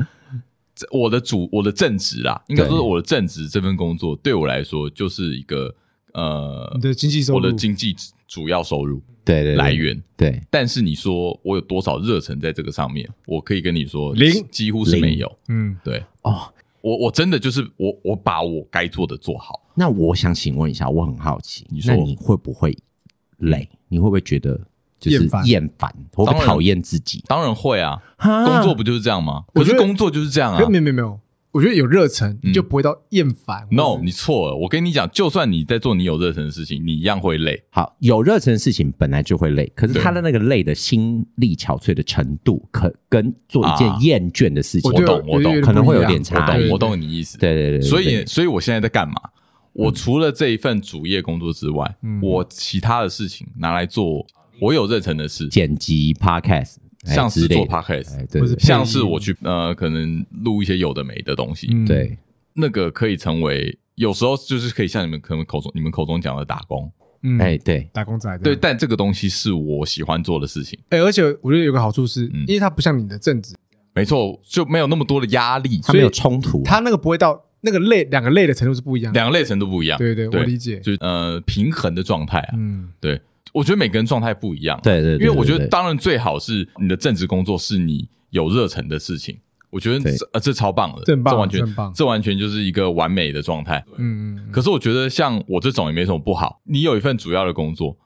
A: 这 我的主我的正职啦，应该说是我的正职这份工作对我来说就是一个呃
B: 你，的经济收入，
A: 我的经济主要收入
C: 对对对
A: 来，源。
C: 对
A: 但是你说我有多少热忱在这个上面，我可以跟你说，
B: 零
A: 几几乎是没有。
B: 嗯，
A: 对
C: 哦。
A: 我，我真的就是我，我把我该做的做好。
C: 那我想请问一下，我很好奇，
A: 你说
C: 那你会不会累？你会不会觉得就是
B: 厌烦
C: 厌烦，会不
A: 当
C: 会
A: 然
C: 讨厌自己？
A: 当然会啊，
C: 哈
A: 工作不就是这样吗？
B: 我
A: 可
B: 觉得
A: 是工作就是这样啊嗯
B: 可。没有没有没有，我觉得有热忱你就不会到厌烦。或
A: No，
B: 者
A: 你错了。我跟你讲，就算你在做你有热忱的事情，你一样会累。
C: 好，有热忱的事情本来就会累，可是
A: 对
C: 他的那个累的心力憔悴的程度，可跟做一件
A: 啊
C: 厌倦的事情，
B: 我觉得
A: 懂我
B: 有
A: 懂
B: 点
C: 可能
B: 不
C: 会
B: 一
C: 有
B: 样
C: 点
A: 我
C: 差
A: 懂，
B: 对
A: 我
B: 对
A: 懂你意思。
C: 对对对对，
A: 所以，
C: 对
A: 所以我现在在干嘛？我除了这一份主业工作之外，
B: 嗯
A: 我其他的事情拿来做，我有热忱的事，
C: 剪辑 podcast 哎
A: 像是
C: 之类
A: 做
C: 的
A: podcast，
C: 哎，对
B: 或是
C: 对
A: 像是我去呃，可能录一些有的没的东西，
B: 嗯
C: 对，
A: 那个可以成为有时候就是可以像你们可能口中你们口中讲的打工，
B: 嗯，
C: 哎对，
B: 打工仔这
A: 对，
B: 样
A: 但这个东西是我喜欢做的事情，
B: 哎、而且我觉得有个好处是，
A: 嗯
B: 因为它不像你的正职，
A: 没错，就没有那么多的压力，
C: 他没有冲突，
B: 它那个不会到那个累，两个累的程度是不一样的。
A: 两个类程都不一样，
B: 对对，我理
A: 对，
B: 解。
A: 就呃平衡的状态啊，
B: 嗯，
A: 对，我觉得每个人状态不一样，
C: 对对，对
A: 因为我觉得，
C: 对对
A: 当然最好是你的正职工作是你有热忱的事情，我觉得
C: 对
A: 这、呃、这超棒的，
B: 这很棒
A: 这完
B: 这很棒
A: 全这完全就是一个完美的状态。
B: 嗯嗯嗯，
A: 可是啊我觉得像我这种也没什么不好，你有一份主要的工作，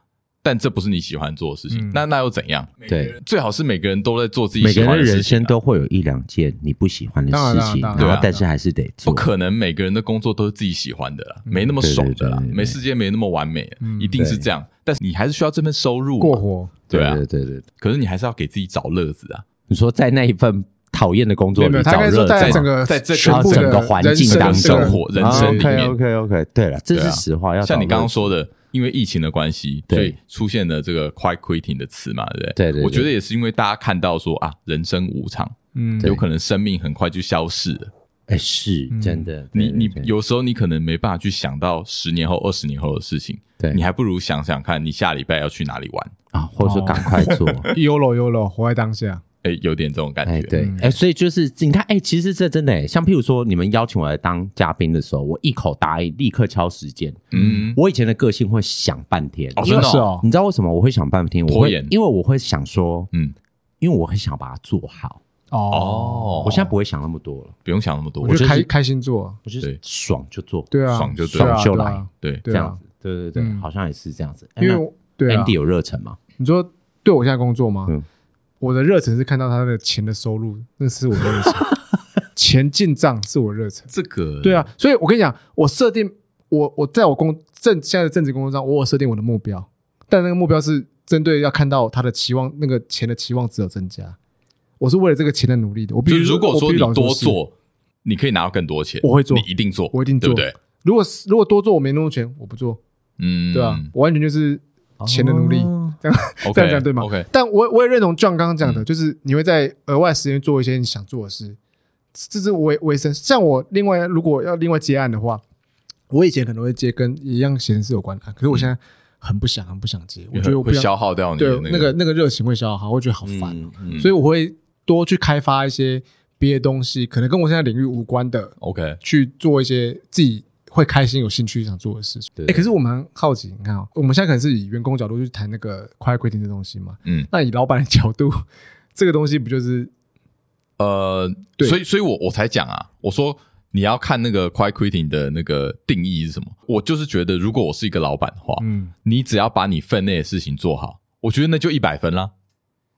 A: 但这不是你喜欢做的事情，
B: 嗯
A: 那那又怎样？
C: 对
A: 最好是每个人都在做自己
C: 每
A: 喜
C: 个
A: 欢
C: 人的
A: 的事
C: 人
A: 情
C: 生
A: 啊、
C: 都会有一两件你不喜欢的
B: 当然
C: 事
B: 啦
C: 情，
B: 当
C: 然
B: 然
C: 后
A: 啦
C: 但是还是得
A: 啊不
C: 做，
A: 可能每个人的工作都是自己喜欢的啦，没那么爽的
C: 嗯对
A: 啦，
C: 对对对对
A: 没世界没那么完美，
B: 嗯
A: 一定是这样。但是你还是需要这份收入嘛
B: 过活，
A: 对啊
C: 对对对，对
A: 可是你还是要给自己找乐子啊。
C: 你说在那一份讨厌的工
B: 没
C: 作
B: 有没
C: 里
B: 有，他应
C: 找
B: 该说
C: 热
B: 在
C: 忱
B: 整。个
A: 在这
B: 全部
A: 整
B: 的
C: 个环
B: 人
C: 境
B: 生
C: 当
B: 的
C: 中
B: 这个
A: 活人生里面
C: OK OK，对了，这
A: 对
C: 是
A: 啊
C: 实话，要
A: 像你
C: 找
A: 刚
C: 乐
A: 刚
C: 子
A: 说的，因为疫情的关系，
C: 对
A: 所以出现了这个 “quiet quitting” 的词嘛，对不对？
C: 对对对
A: 我觉得也是因为大家看到说啊，人生无常，
B: 嗯，
A: 有可能生命很快就消逝了。
C: 哎，是
B: 嗯
C: 真的。
A: 你
C: 对
A: 你
C: 对
A: 有时候你可能没办法去想到十年后、二十年后的事情，
C: 对
A: 你还不如想想看，你下礼拜要去哪里玩？
C: 啊，或者说
B: 哦
C: 赶快做。
B: ，yolo yolo，活在当下。
A: 哎，有点这种感
C: 哎，
A: 觉。
C: 对
B: 嗯，
C: 哎，所以就是你看，哎，其实这真的，哎，像譬如说你们邀请我来当嘉宾的时候，我一口答应，立刻敲时间。
A: 嗯，
C: 我以前的个性会想半天，
A: 哦，
C: 因
A: 真
C: 为
A: 的
B: 是
A: 哦，
B: 哦，
C: 你知道为什么我会想半天？我
A: 拖
C: 会
A: 延
C: 因为我会想说，
A: 嗯，
C: 因为我很想把它做好。
B: 哦，
A: 哦，
C: 我现在不会想那么多了，
A: 不用想那么多，
B: 我
A: 我
B: 觉
A: 觉
B: 得
A: 得
B: 开开心做，
C: 我就
A: 对
C: 是爽就做，
B: 对啊，
A: 爽就对
B: 对啊
C: 爽就
B: 对啊
C: 来
A: 对，
C: 这
B: 对
C: 样
B: 啊
C: 子，。对对对，
B: 嗯
C: 好像也是这样子。哎
B: 因为
C: 那
B: 我对啊
C: Andy，有热忱吗？
B: 你说对我现在工作吗
C: 嗯？
B: 我的热忱是看到他的钱的收入，那是我的热忱，钱进账是我热忱。
A: 这个
B: 对，啊，所以我跟你讲，我设定我我在我工正现在的正职工作上，我有设定我的目标，但那个目标是针对要看到他的期望，那个钱的期望值有增加。我是为了这个钱的努力的。我必
A: 就
B: 须
A: 如果
B: 我必
A: 说
B: 须
A: 你
B: 老实
A: 多
B: 是，
A: 做，你可以拿到更多钱。
B: 我会做
A: 你一定做，
B: 我一定
A: 对
B: 做
A: 不对？
B: 如果是如果多做我没那么多钱，我不做，
A: 嗯，
B: 对啊，我完全就是钱的努力。
C: 哦
B: 这样
A: OK，
B: 这样讲对吗
A: OK，
B: 但我我也认同 John 刚刚讲
A: 嗯
B: 的，就是你会在额外时间做一些你想做的事，这是为为生。像我另外如果要另外接案的话，我以前可能会接跟一样闲事有关的案，可是我现在很不想、很不想接。我
A: 因
B: 觉
A: 为
B: 得我不
A: 嗯会
B: 想
A: 消耗掉你
B: 对
A: 的
B: 那个那个热情会消耗，我觉得好烦。
C: 嗯嗯
A: 嗯
B: 所以我会多去开发一些别的东西，可能跟我现在领域无关的，
A: OK，
B: 去做一些自己会开心、有兴趣想做的事情。
C: 对
B: 哎，可是我蛮好奇，你看哦，我们现在可能是以员工角度去谈那个 quiet quitting 这东西嘛，
A: 嗯，
B: 那以老板的角度， 这个东西不就是
A: 呃，
B: 对
A: 所以所以我我才讲啊，我说你要看那个 quiet quitting 的那个定义是什么。我就是觉得，如果我是一个老板的话，
B: 嗯
A: 你只要把你分内的事情做好，我觉得那就一百分啦。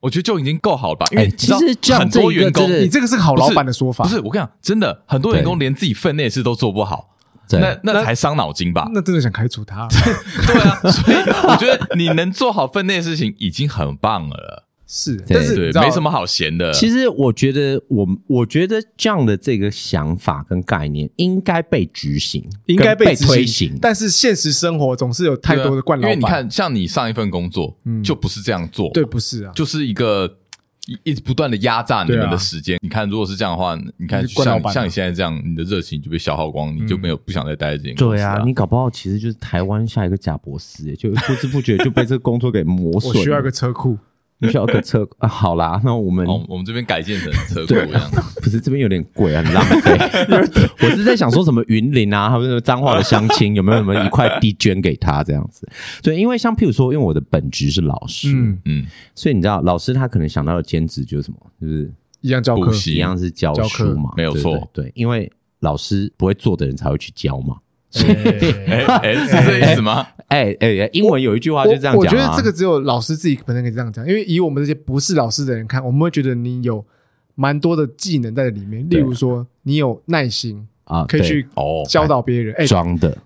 A: 我觉得就已经够好了吧，因为
C: 哎
A: 你知道
C: 其实这样
A: 很多
C: 这一个
A: 员工
C: 真对的
B: 哦你这个是好老板的说法，
A: 不是我跟你讲，真的很多员工连自己分内的事都做不好，
C: 对
A: 那那才伤脑筋 吧？
B: 啊那真的想开除他，
A: 对啊， 所以我觉得你能做好分内的事情已经很棒了，
B: 是，
C: 对
B: 但是
A: 对
B: 你知，道
A: 没什么好闲
B: 嗯
A: 的。
C: 其
A: 实
C: 实我觉得我，我觉得这样的这个想法跟概念应该被执行，
B: 应该
C: 跟被
B: 执
C: 推行。
B: 但是现实生活总是有太多的惯老
A: 啊
B: 板，
A: 因为你看，像你上一份工作
B: 嗯
A: 就不是这样做，
B: 对，不是啊？
A: 就是一个一一直不断的压榨你
B: 对啊
A: 们的时间。你看，如果是这样的话，你看
B: 你是惯老
A: 像
B: 板啊
A: 像你现在这样，你的热情就被消耗光，你就没有不想再待在这间公
C: 对
A: 司
C: 啊
A: 了。，
C: 你搞不好其实就是台湾下一个贾博士，就 不知不觉就被这个工作给磨
B: 我
C: 损。
B: 需要一 个，车库，
C: 你需要个车 啊。好啦，那我们
A: 好，哦
B: 哦
A: 我们这边改建成车库
C: 对
A: 这样。
C: 不是这边有点贵，啊很浪费。 我是在想说什么云林啊，还有什么彰化的乡亲，有没有什么一块地捐给他这样子？对，因为像譬如说，因为我的本职是老师，
B: 嗯，
A: 嗯，
C: 所以你知道，老师他可能想到的兼职就是什么，就是
B: 一样教
A: 补
B: 课，
A: 习
C: 一样是教
B: 教课
C: 书嘛，
A: 没有
C: 对
A: 错
C: 对对，因为老师不会做的人才会去教嘛。
A: 哎
B: 哎
A: 哎，是这个意 思吗？
C: 哎哎，哎英文有一句话
B: 我
C: 就这样讲、啊、
B: 我觉得这个只有老师自己本身可以这样讲，因为以我们这些不是老师的人看，我们会觉得你有蛮多的技能在里面，例
C: 对
B: 如说你有耐心，
C: 啊，
B: 可以去
A: 哦，
B: 教导别人。哎
C: 对，装的，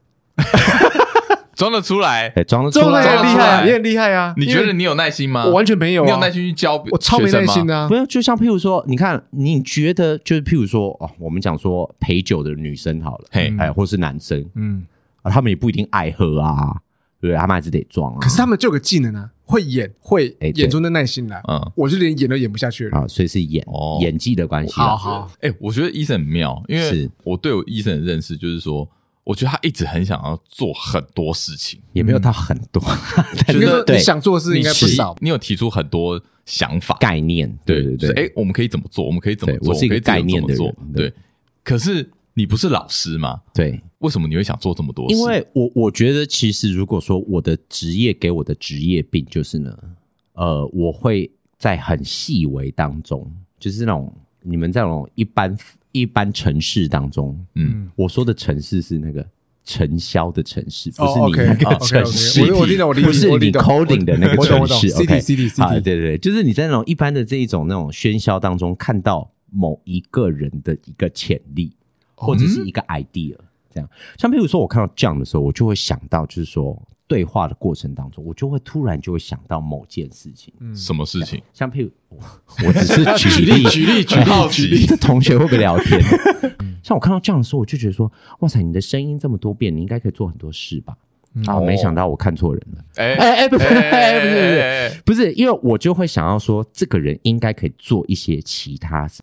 A: 装得出来。
C: 哎，装的出
B: 这么
A: 得
C: 来
A: 出
B: 厉
A: 来
B: 害啊，你很厉害啊！
A: 你觉
B: 因
A: 得
B: 为
A: 你有耐心吗？
B: 我完全没有啊
A: 你有耐心去教学生吗，
B: 我超没耐心的啊
C: 不？要，就像譬如说，你看，你觉得就是譬如说，哦，我们讲说陪酒的女生好了，
A: 嘿
C: 哎，或是男生
B: 嗯，
C: 啊，他们也不一定爱喝啊，对不对，他们还是得装啊。
B: 可是他们就有个技能啊，会演，会
C: 哎对
B: 演出那耐心来。
A: 嗯，
B: 我就连演都演不下去了。
C: 啊，所以是演、
A: 哦
C: 演技的关系啊。
B: 好好，
A: 哎、我觉得医生很妙，因为
C: 是
A: 我对我医生的认识就是说，我觉得他一直很想要做很多事情，
C: 也没有到很多，但
B: 应该说
C: 是
B: 你
C: 对
B: 想做的事应该不
A: 你提
B: 少。
A: 你有提出很多想法，
C: 概念，对对
A: 就是
C: 对，
A: 哎、我们可以怎么做？我们可以怎么
C: 对
A: 做？
C: 我是一个
A: 们可以怎么
C: 概念的人
A: 做对。可是你不是老师嘛？
C: 对，
A: 为什么你会想做这么多事？
C: 因为我我觉得其实如果说我的职业给我的职业病就是呢，呃，我会在很细微当中，就是那种你们在那种一般一般城市当中，
A: 嗯，
C: 我说的城市是那个承销的城市，不
B: 哦
C: 是你
B: ，OK，
C: 那
B: 哦
C: 个
B: ，OK，OK，
C: 城市。
B: 我我听懂，我理
C: 不是
B: 我理
C: 你
B: 懂
C: coding 的那个
B: 我懂，我
C: 城
B: 懂
C: 市，OK，
B: ，CD，CD，
C: 啊，对对
B: CD，
C: 对，就是你在那种一般的这一种那种喧嚣当中看到某一个人的一个潜力，或者是一个 idea，、这样。像譬如说，我看到这样的时候，我就会想到，就是说对话的过程当中，我就会突然就会想到某件事情。
B: 嗯
A: 什么事情？
C: 像譬如，我我只是 举例
A: 举例举例
C: 好
A: 举例
C: 这同学会不会聊天？像我看到这样的时候，我就觉得说，哇塞，你的声音这么多变，你应该可以做很多事吧？啊，我没想到我看错人了。
A: 哎
C: 哎哎，不是，哎不是，不是。
A: 哎哎
C: 不是，因为我就会想要说，这个人应该可以做一些其他事，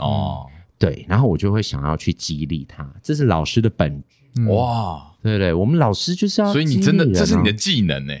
A: 哦，
C: 对，然后我就会想要去激励他，这是老师的本质，
B: 嗯，
A: 哇！
C: 对不对？我们老师就是要、
A: 所以你真
C: 啊
A: 的，这是你的，技能哎呢、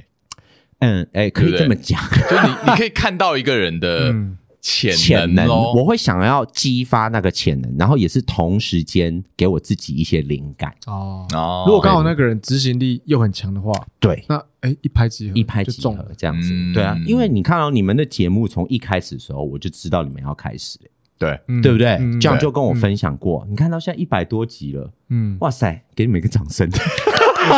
C: 嗯，哎，可
A: 对
C: 以
A: 不对
C: 这么讲，
A: 就你你可以看到一个人
C: 呃
A: 的
B: 嗯
A: 潜
C: 潜能，
A: 哦。
C: 我会想要激发那个潜能，然后也是同时间给我自己一些灵感，
B: 哦。
A: 哦，
B: 如果刚好那个人执行力又很强的话，
C: 对，
B: 那哎一拍即合，
C: 一拍
B: 就
C: 即
B: 中
C: 合
B: 了。
C: 这样子，
A: 嗯
C: 对啊，因为你看到、你们的节目从一开始的时候，我就知道你们要开始了，
A: 对，
B: 嗯
C: 对不对？
B: 嗯
C: 这样
A: 对
C: 就跟我分享过，你看到现在一百多集了，
B: 嗯，
C: 哇塞，给你们一个掌声。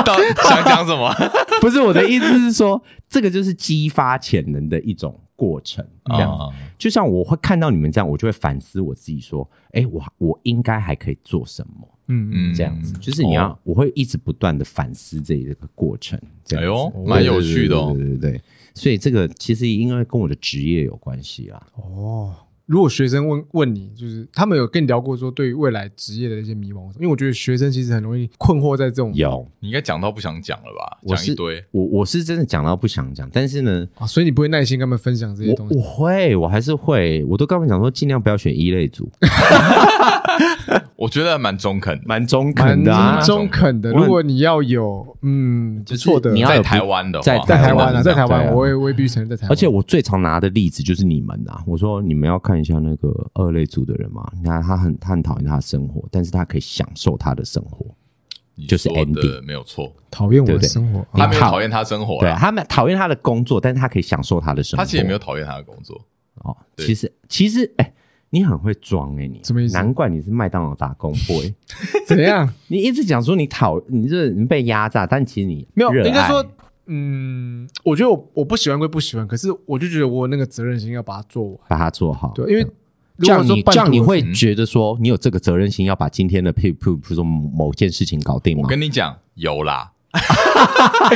A: 到底想讲 什么？
C: 不是我的意思是说，这个就是激发潜能的一种过程，这样子。
A: 哦
C: 就像我会看到你们这样，我就会反思我自己，说，哎，我我应该还可以做什么？
B: 嗯嗯，
A: 嗯
C: 这样子，就是你要，
A: 哦
C: 我会一直不断的反思这一个过程。这样子
A: 哎呦蛮有趣的哦
C: 对对对对对对对所以这个其实因为跟我的职业有关系啦。
B: 哦，如果学生问问你，就是他们有跟你聊过说对于未来职业的一些迷惘，因为我觉得学生其实很容易困惑在这种
C: 有，
A: 你应该讲到不想讲了吧？
C: 我
A: 讲
C: 是
A: 一堆，
C: 我我是真的讲到不想讲，但是呢，
B: 啊，所以你不会耐心跟他们分享这些
C: 我
B: 东
C: 我
B: 西。
C: 会，我还是会，我都跟他们讲说尽量不要选一类组，
A: 我觉得蛮中肯的。
C: 蛮中
B: 蛮
C: 肯的啊。
B: 中肯的，
C: 我很
B: 如果你要有嗯不错的，
C: 你要
A: 在
C: 有
A: 台湾的话，
C: 在
B: 在台湾
C: 台
B: 啊，
C: 湾
B: 在台
C: 对
B: 湾，
C: 啊
B: 我也未必承认在台湾。
C: 而且我最常拿的例子就是你们啊，我说你们要看一下那个二类组的人嘛，你看他很他很讨厌他的生活，但是他可以享受他的生活。
A: 你
C: 就是
A: 说的
C: Andy
A: 没有错，
B: 讨厌我
C: 对不对
B: 的生活，
A: 他
B: 啊
A: 没有
C: 好
A: 讨厌他生活
C: 对啊
A: 啦，
C: 他们讨厌他的工作，但是他可以享受他的生活。
A: 他其实也没有讨厌他的工作。
C: 哦，
A: 对
C: 其实其实哎、你很会装哎、你
B: 什么意思
C: 难怪你是麦当劳打工 boy，
B: 怎样？
C: 你一直讲说你讨你这你被压榨，但其实你
B: 没有，
C: 热爱
B: 应该说，嗯，我觉得我我不喜欢归不喜欢，可是我就觉得我有那个责任心要把它做完。
C: 把它做好。
B: 对，因为
C: 嗯这
B: 如果
C: 样
B: 说
C: 你
B: 半
C: 这样你
B: 途而
C: 会
B: 废
C: 觉得说你有这个责任心，要把今天的譬譬譬如说某件事情搞定吗
A: 我？跟你讲，有啦，
B: 哎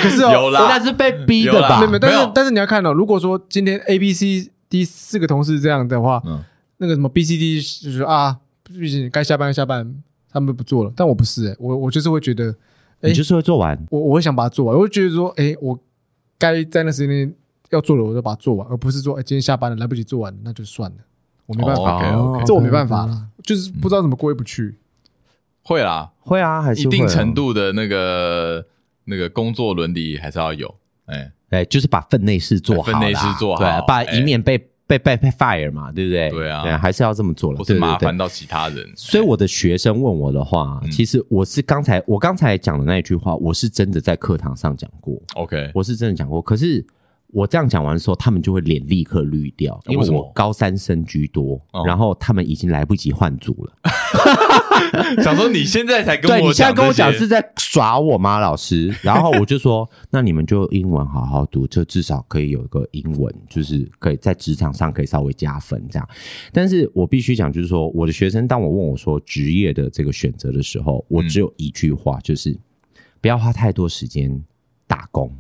B: 可是哦
A: 有啦
C: 那，是被逼的
A: 有啦
C: 吧
B: 没有，没有，但
A: 没
B: 是
A: 有
B: 但是你要看哦，如果说今天 A、B、C、D 四个同事这样的话，
A: 嗯
B: 那个什么 B、C、D 就是啊，毕竟该下班下班，他们不做了。但我不是、欸，我我就是会觉得，哎
C: 你就是会做完。
B: 我我会想把它做完，我会觉得说，哎、我该在那时间内要做的，我就把它做完，而不是说，哎、今天下班了来不及做完，那就算了，我没办法，
C: 哦
A: OK，OK
B: 这我没办法
C: 嗯
B: 了，就是不知道怎么过意不去。
A: 会啦，
C: 会啊，还是
A: 一
C: 会啊
A: 定程，度的那个那个工作伦理还是要有。哎，
C: 哎，就是把分内事做好啦，
A: 分内事做好
C: 对，啊把以免被被被被 fire 嘛，对不对？
A: 对啊
C: 还是要这么做了，
A: 或
C: 对
A: 是
C: 对
A: 麻
C: 对
A: 烦。嗯到其他人。
C: 所以我的学生问我的话，其实我是刚才我刚才讲的那一句话，我是真的在课堂上讲过，
A: 哎 OK，
C: 我是真的讲过。可是我这样讲完的时候，他们就会脸立刻绿掉，因
A: 为什么
C: 我高三生居多，
A: 哦
C: 然后他们已经来不及换组了。
A: 想说你现在才跟
C: 对
A: 我
C: 你现在跟我讲
A: 这
C: 是
A: 些
C: 在耍我吗，老师？ 然后我就说，那你们就英文好好读，就至少可以有一个英文，就是可以在职场上可以稍微加分这样。但是我必须讲，就是说我的学生，当我问我说职业的这个选择的时候，我
A: 嗯
C: 只有一句话，就是不要花太多时间打工。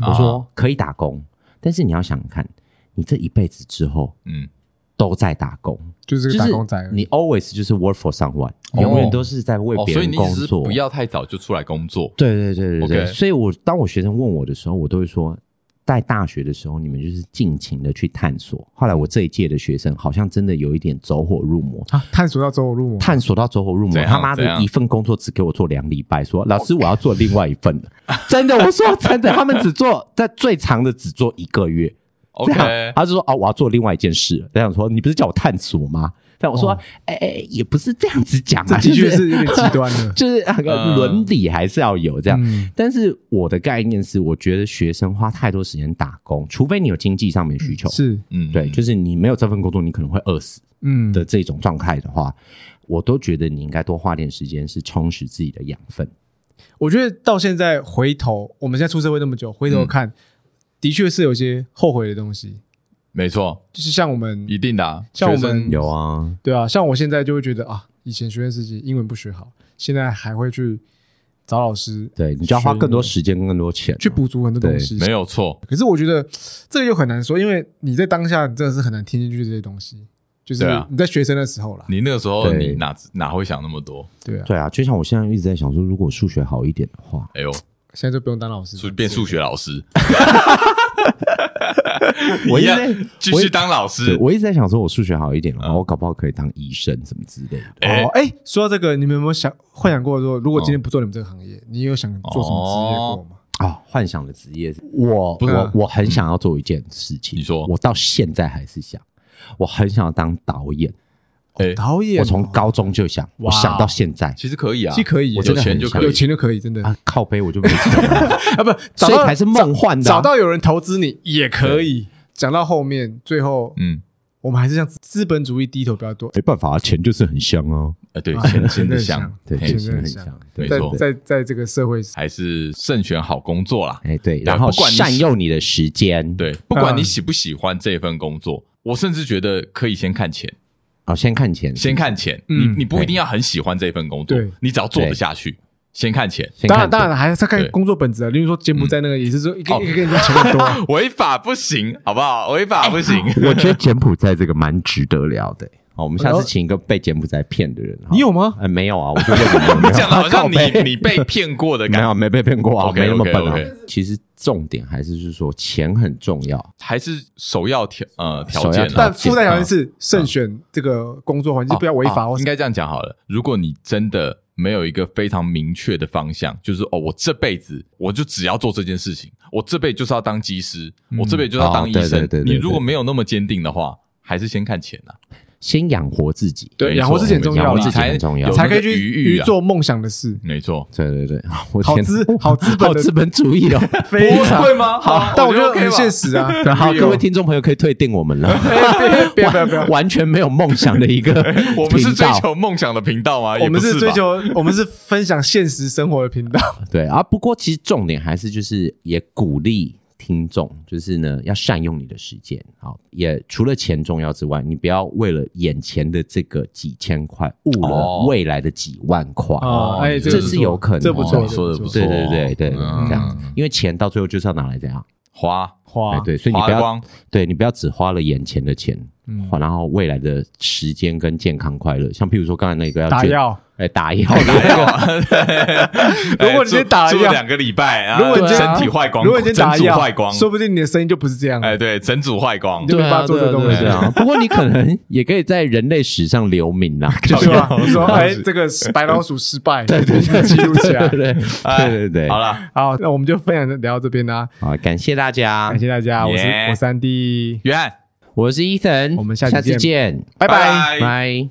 C: 我
A: 啊
C: 说可以打工，但是你要想想看，你这一辈子之后
A: 嗯，
C: 都在打工，
B: 就是
C: 就
B: 个
C: 是
B: 打工仔而已，
C: 你 always 就是 work for someone，、
A: 哦
C: 永远都是在为
A: 哦，
C: 别
A: 所以
C: 人
A: 你
C: 工
A: 意思是
C: 作。
A: 不要太早就出来工作。
C: 对对对对对
A: OK
C: 所以我当我学生问我的时候，我都会说，在大学的时候，你们就是尽情的去探索。后来我这一届的学生好像真的有一点走火入魔，
B: 啊，探索到走火入魔，
C: 探索到走火入魔
A: 嗯怎，样
C: 他妈
A: 怎
C: 的
A: 样
C: 一份工作只给我做两礼拜， 说老师我要做另外一份了，真的，我说真的，他们只做在最长的只做一个月，这
A: OK，
C: 样他就说哦，我要做另外一件事了，这样说你不是叫我探索吗？但我说哎、哎也不是这样子讲
B: 这
C: 啊，
B: 的
C: 就
B: 确
C: 是。
B: 是有点极端的
C: 就是那个
A: 嗯
C: 伦理还是要有这样。
B: 嗯
C: 但是我的概念是，我觉得学生花太多时间打工，除非你有经济上面需求，
B: 是，
A: 嗯，
C: 对，就是你没有这份工作，你可能会饿死
B: 嗯，
C: 的这种状态的话，我都觉得你应该多花点时间是充实自己的养分。
B: 我觉得到现在回头，我们现在出社会那么久，回头
C: 嗯
B: 看，的确是有些后悔的东西，
A: 没错，
B: 就是像我们，
A: 一定的啊。
B: 像我
A: 学生
B: 们
C: 有啊，
B: 对啊，像我现在就会觉得啊，以前学生时期英文不学好，现在还会去找老师，
C: 对，你就要花更多时间、更多钱
B: 去补足很多东西。
A: 没，有错，
B: 可是我觉得这个又很难说，因为你在当下你真的是很难听进去这些东西，就是
A: 对啊
B: 你在学生的时候啦，
A: 你那个时候
C: 对
A: 你哪哪会想那么多？
B: 对啊，
C: 对啊，就像我现在一直在想说，如果数学好一点的话，
A: 哎呦，
B: 现在就不用当老师，
A: 数变数学 老师，
C: 我
A: 一
C: 一直
A: 样
C: 在
A: 继
C: 我
A: 续
C: 一
A: 当老
C: 对
A: 师。
C: 我一直在想说，我数学好一点的话，
A: 嗯
C: 我搞不好可以当医生什么之类的。
A: 哎哦
B: 哦，哎，说到这个，你们有没有想幻想过说，如果今天不做你们这个行业，你有想做什么职业过吗？
C: 啊、幻想的职业，我
B: 是
C: 我我很想要做一件事情。
A: 你说
C: 我到现在还是想，我很想要当导演。
A: 哎，
B: 导演哦，
C: 我从高中就想，我想到现在
A: 其实可以啊，
B: 其实可以耶，
A: 有钱就可以，
B: 有钱就可以，真的
C: 啊，靠背我就没钱了，
B: 啊，不，找
C: 所以
B: 到
C: 才是梦幻的啊、
B: 找到有人投资你也可以。讲到后面，最后
A: 嗯，
B: 我们还是向资本主义低头比较多。
C: 没办法、啊，钱就是很香哦。
A: 呃，对，
B: 啊
A: 钱
B: 真
A: 钱
B: 的
A: 的
B: 香
A: 香，
C: 对，
A: 嘿
B: 真
C: 钱是
B: 的
C: 很
B: 很香
C: 香，对
A: 没错
C: 对
B: 在在在这个社会，
A: 还是慎选好工作啦。
C: 哎对，然后
A: 不管你
C: 善用你的时间。
A: 对，
B: 嗯
A: 不管你喜不喜欢这份工作，我甚至觉得可以先看钱，
C: 哦，先看钱，
A: 先看钱。
B: 嗯
A: 你你不一定要很喜欢这份工作
B: 对，
A: 你只要做得下去，先看钱，
C: 先
B: 当然，
C: 看
B: 当
C: 钱
B: 然还是要看
A: 对
B: 工作本质啊。例如说柬埔寨那个也是说一个
A: 哦
B: 一个跟人家钱很 多，
A: 违法不行，好不好？违
C: 哎
A: 法不 行。
C: 我觉得柬埔寨这个蛮值得聊的、好，我们下次请一个被柬埔寨骗的人。好
B: 你有吗？
C: 哎，没有啊，我就问你有没有。
A: 讲的好像
C: 靠背
A: 你你被骗过的
C: 没
A: 感觉，
C: 有没被骗过啊，
A: OK，
C: 没那么笨啊
A: OK，OK。
C: 其实重点还是是说钱很重要，
A: 还是首要条呃条
C: 首要
A: 件
C: 条
A: 啊
B: 但附带条件是慎选这个工作环境，不要违法或
A: 哦应
B: 是
A: 该这样讲好了。如果你真的没有一个非常明确的方向，就是哦，我这辈子我就只要做这件事情，我这辈子就是要当技师，我这辈子就是要当医
C: 嗯哦对
A: 生
C: 对对。对
A: 你如果没有那么坚定的话，还是先看钱啊。
C: 先养活自己。
B: 对
A: 没错
B: 养活自己很重要啦
A: 养活自己
C: 才
A: 很重要，
C: 有
B: 才可以
A: 有那
B: 去
A: 个余裕
B: 去
A: 啊。
B: 做梦想的事。
A: 没错，
C: 对对对，我
B: 好
C: 天
B: 资
C: 哪
B: 好资本
C: 好
B: 的
C: 资本主义哦。
B: 非常
A: 会吗？好，
B: 但我觉
A: 觉
B: 得
A: 可以
B: 很
A: 吧
B: 现实啊。
C: 好，各位听众朋友可以退订我们了，
B: 不要不要不要，
C: 完全没有梦想的一个
A: 我们是
C: 频
A: 追
C: 道。
A: 求梦想的频道吗？
B: 我们
A: 也不
B: 是
A: 吧
B: 追求，我们是分享现实生活的频道。
C: 对啊，不过其实重点还是就是也鼓励听众，就是呢要善用你的时间。好，也除了钱重要之外，你不要为了眼前的这个几千块，误了
A: 哦
C: 未来的几万块。
B: 哦，哎，
A: 这
B: 个
A: 是
B: 不错
C: 有可能
B: 这不
C: 哦
B: 错，
A: 你说的不
B: 错
C: 对
A: 错
C: 对对对，
A: 嗯
C: 这样子，因为钱到最后就是要拿来这样，
A: 花
B: 花
C: 哎，对，所以你
A: 花
C: 不要
A: 光，
C: 对你不要只花了眼前的钱，
B: 嗯
C: 花然后未来的时间跟健康快乐，像譬如说刚才那个要
B: 打
C: 捐，
B: 药。
C: 哎，打药，打药，
A: 哎
B: 如果你今天打了
A: 住住
B: 药
A: 哎两个礼拜，啊
B: 如果你今天
A: 身体坏光，
B: 如果你今天打
A: 整组
B: 药
A: 坏光，
B: 说不定你的声音就不是这样。
A: 哎，对，整组坏光，
B: 就
C: 对
B: 没办
C: 啊，
B: 法做
C: 对啊
B: 这东
C: 对啊
B: 西
C: 对啊。不过你可能也可以在人类史上留名啊 啦，就是
B: 吧？
A: 靠腰
B: 你说，
A: 靠腰
B: 哎，这个白老鼠失败，对对对，记录起来
C: 对。对对
A: 哎
C: 对对对。
A: 好了，
B: 啊好，那我们就分享聊到这边啦，
C: 好，感谢大家
B: 感，谢大家，我是
A: Yeah
B: 我三弟，
A: 约翰，
C: 我是伊森，
B: 我们下次
C: 下次
B: 见
C: 见，
B: 拜拜。
C: 拜。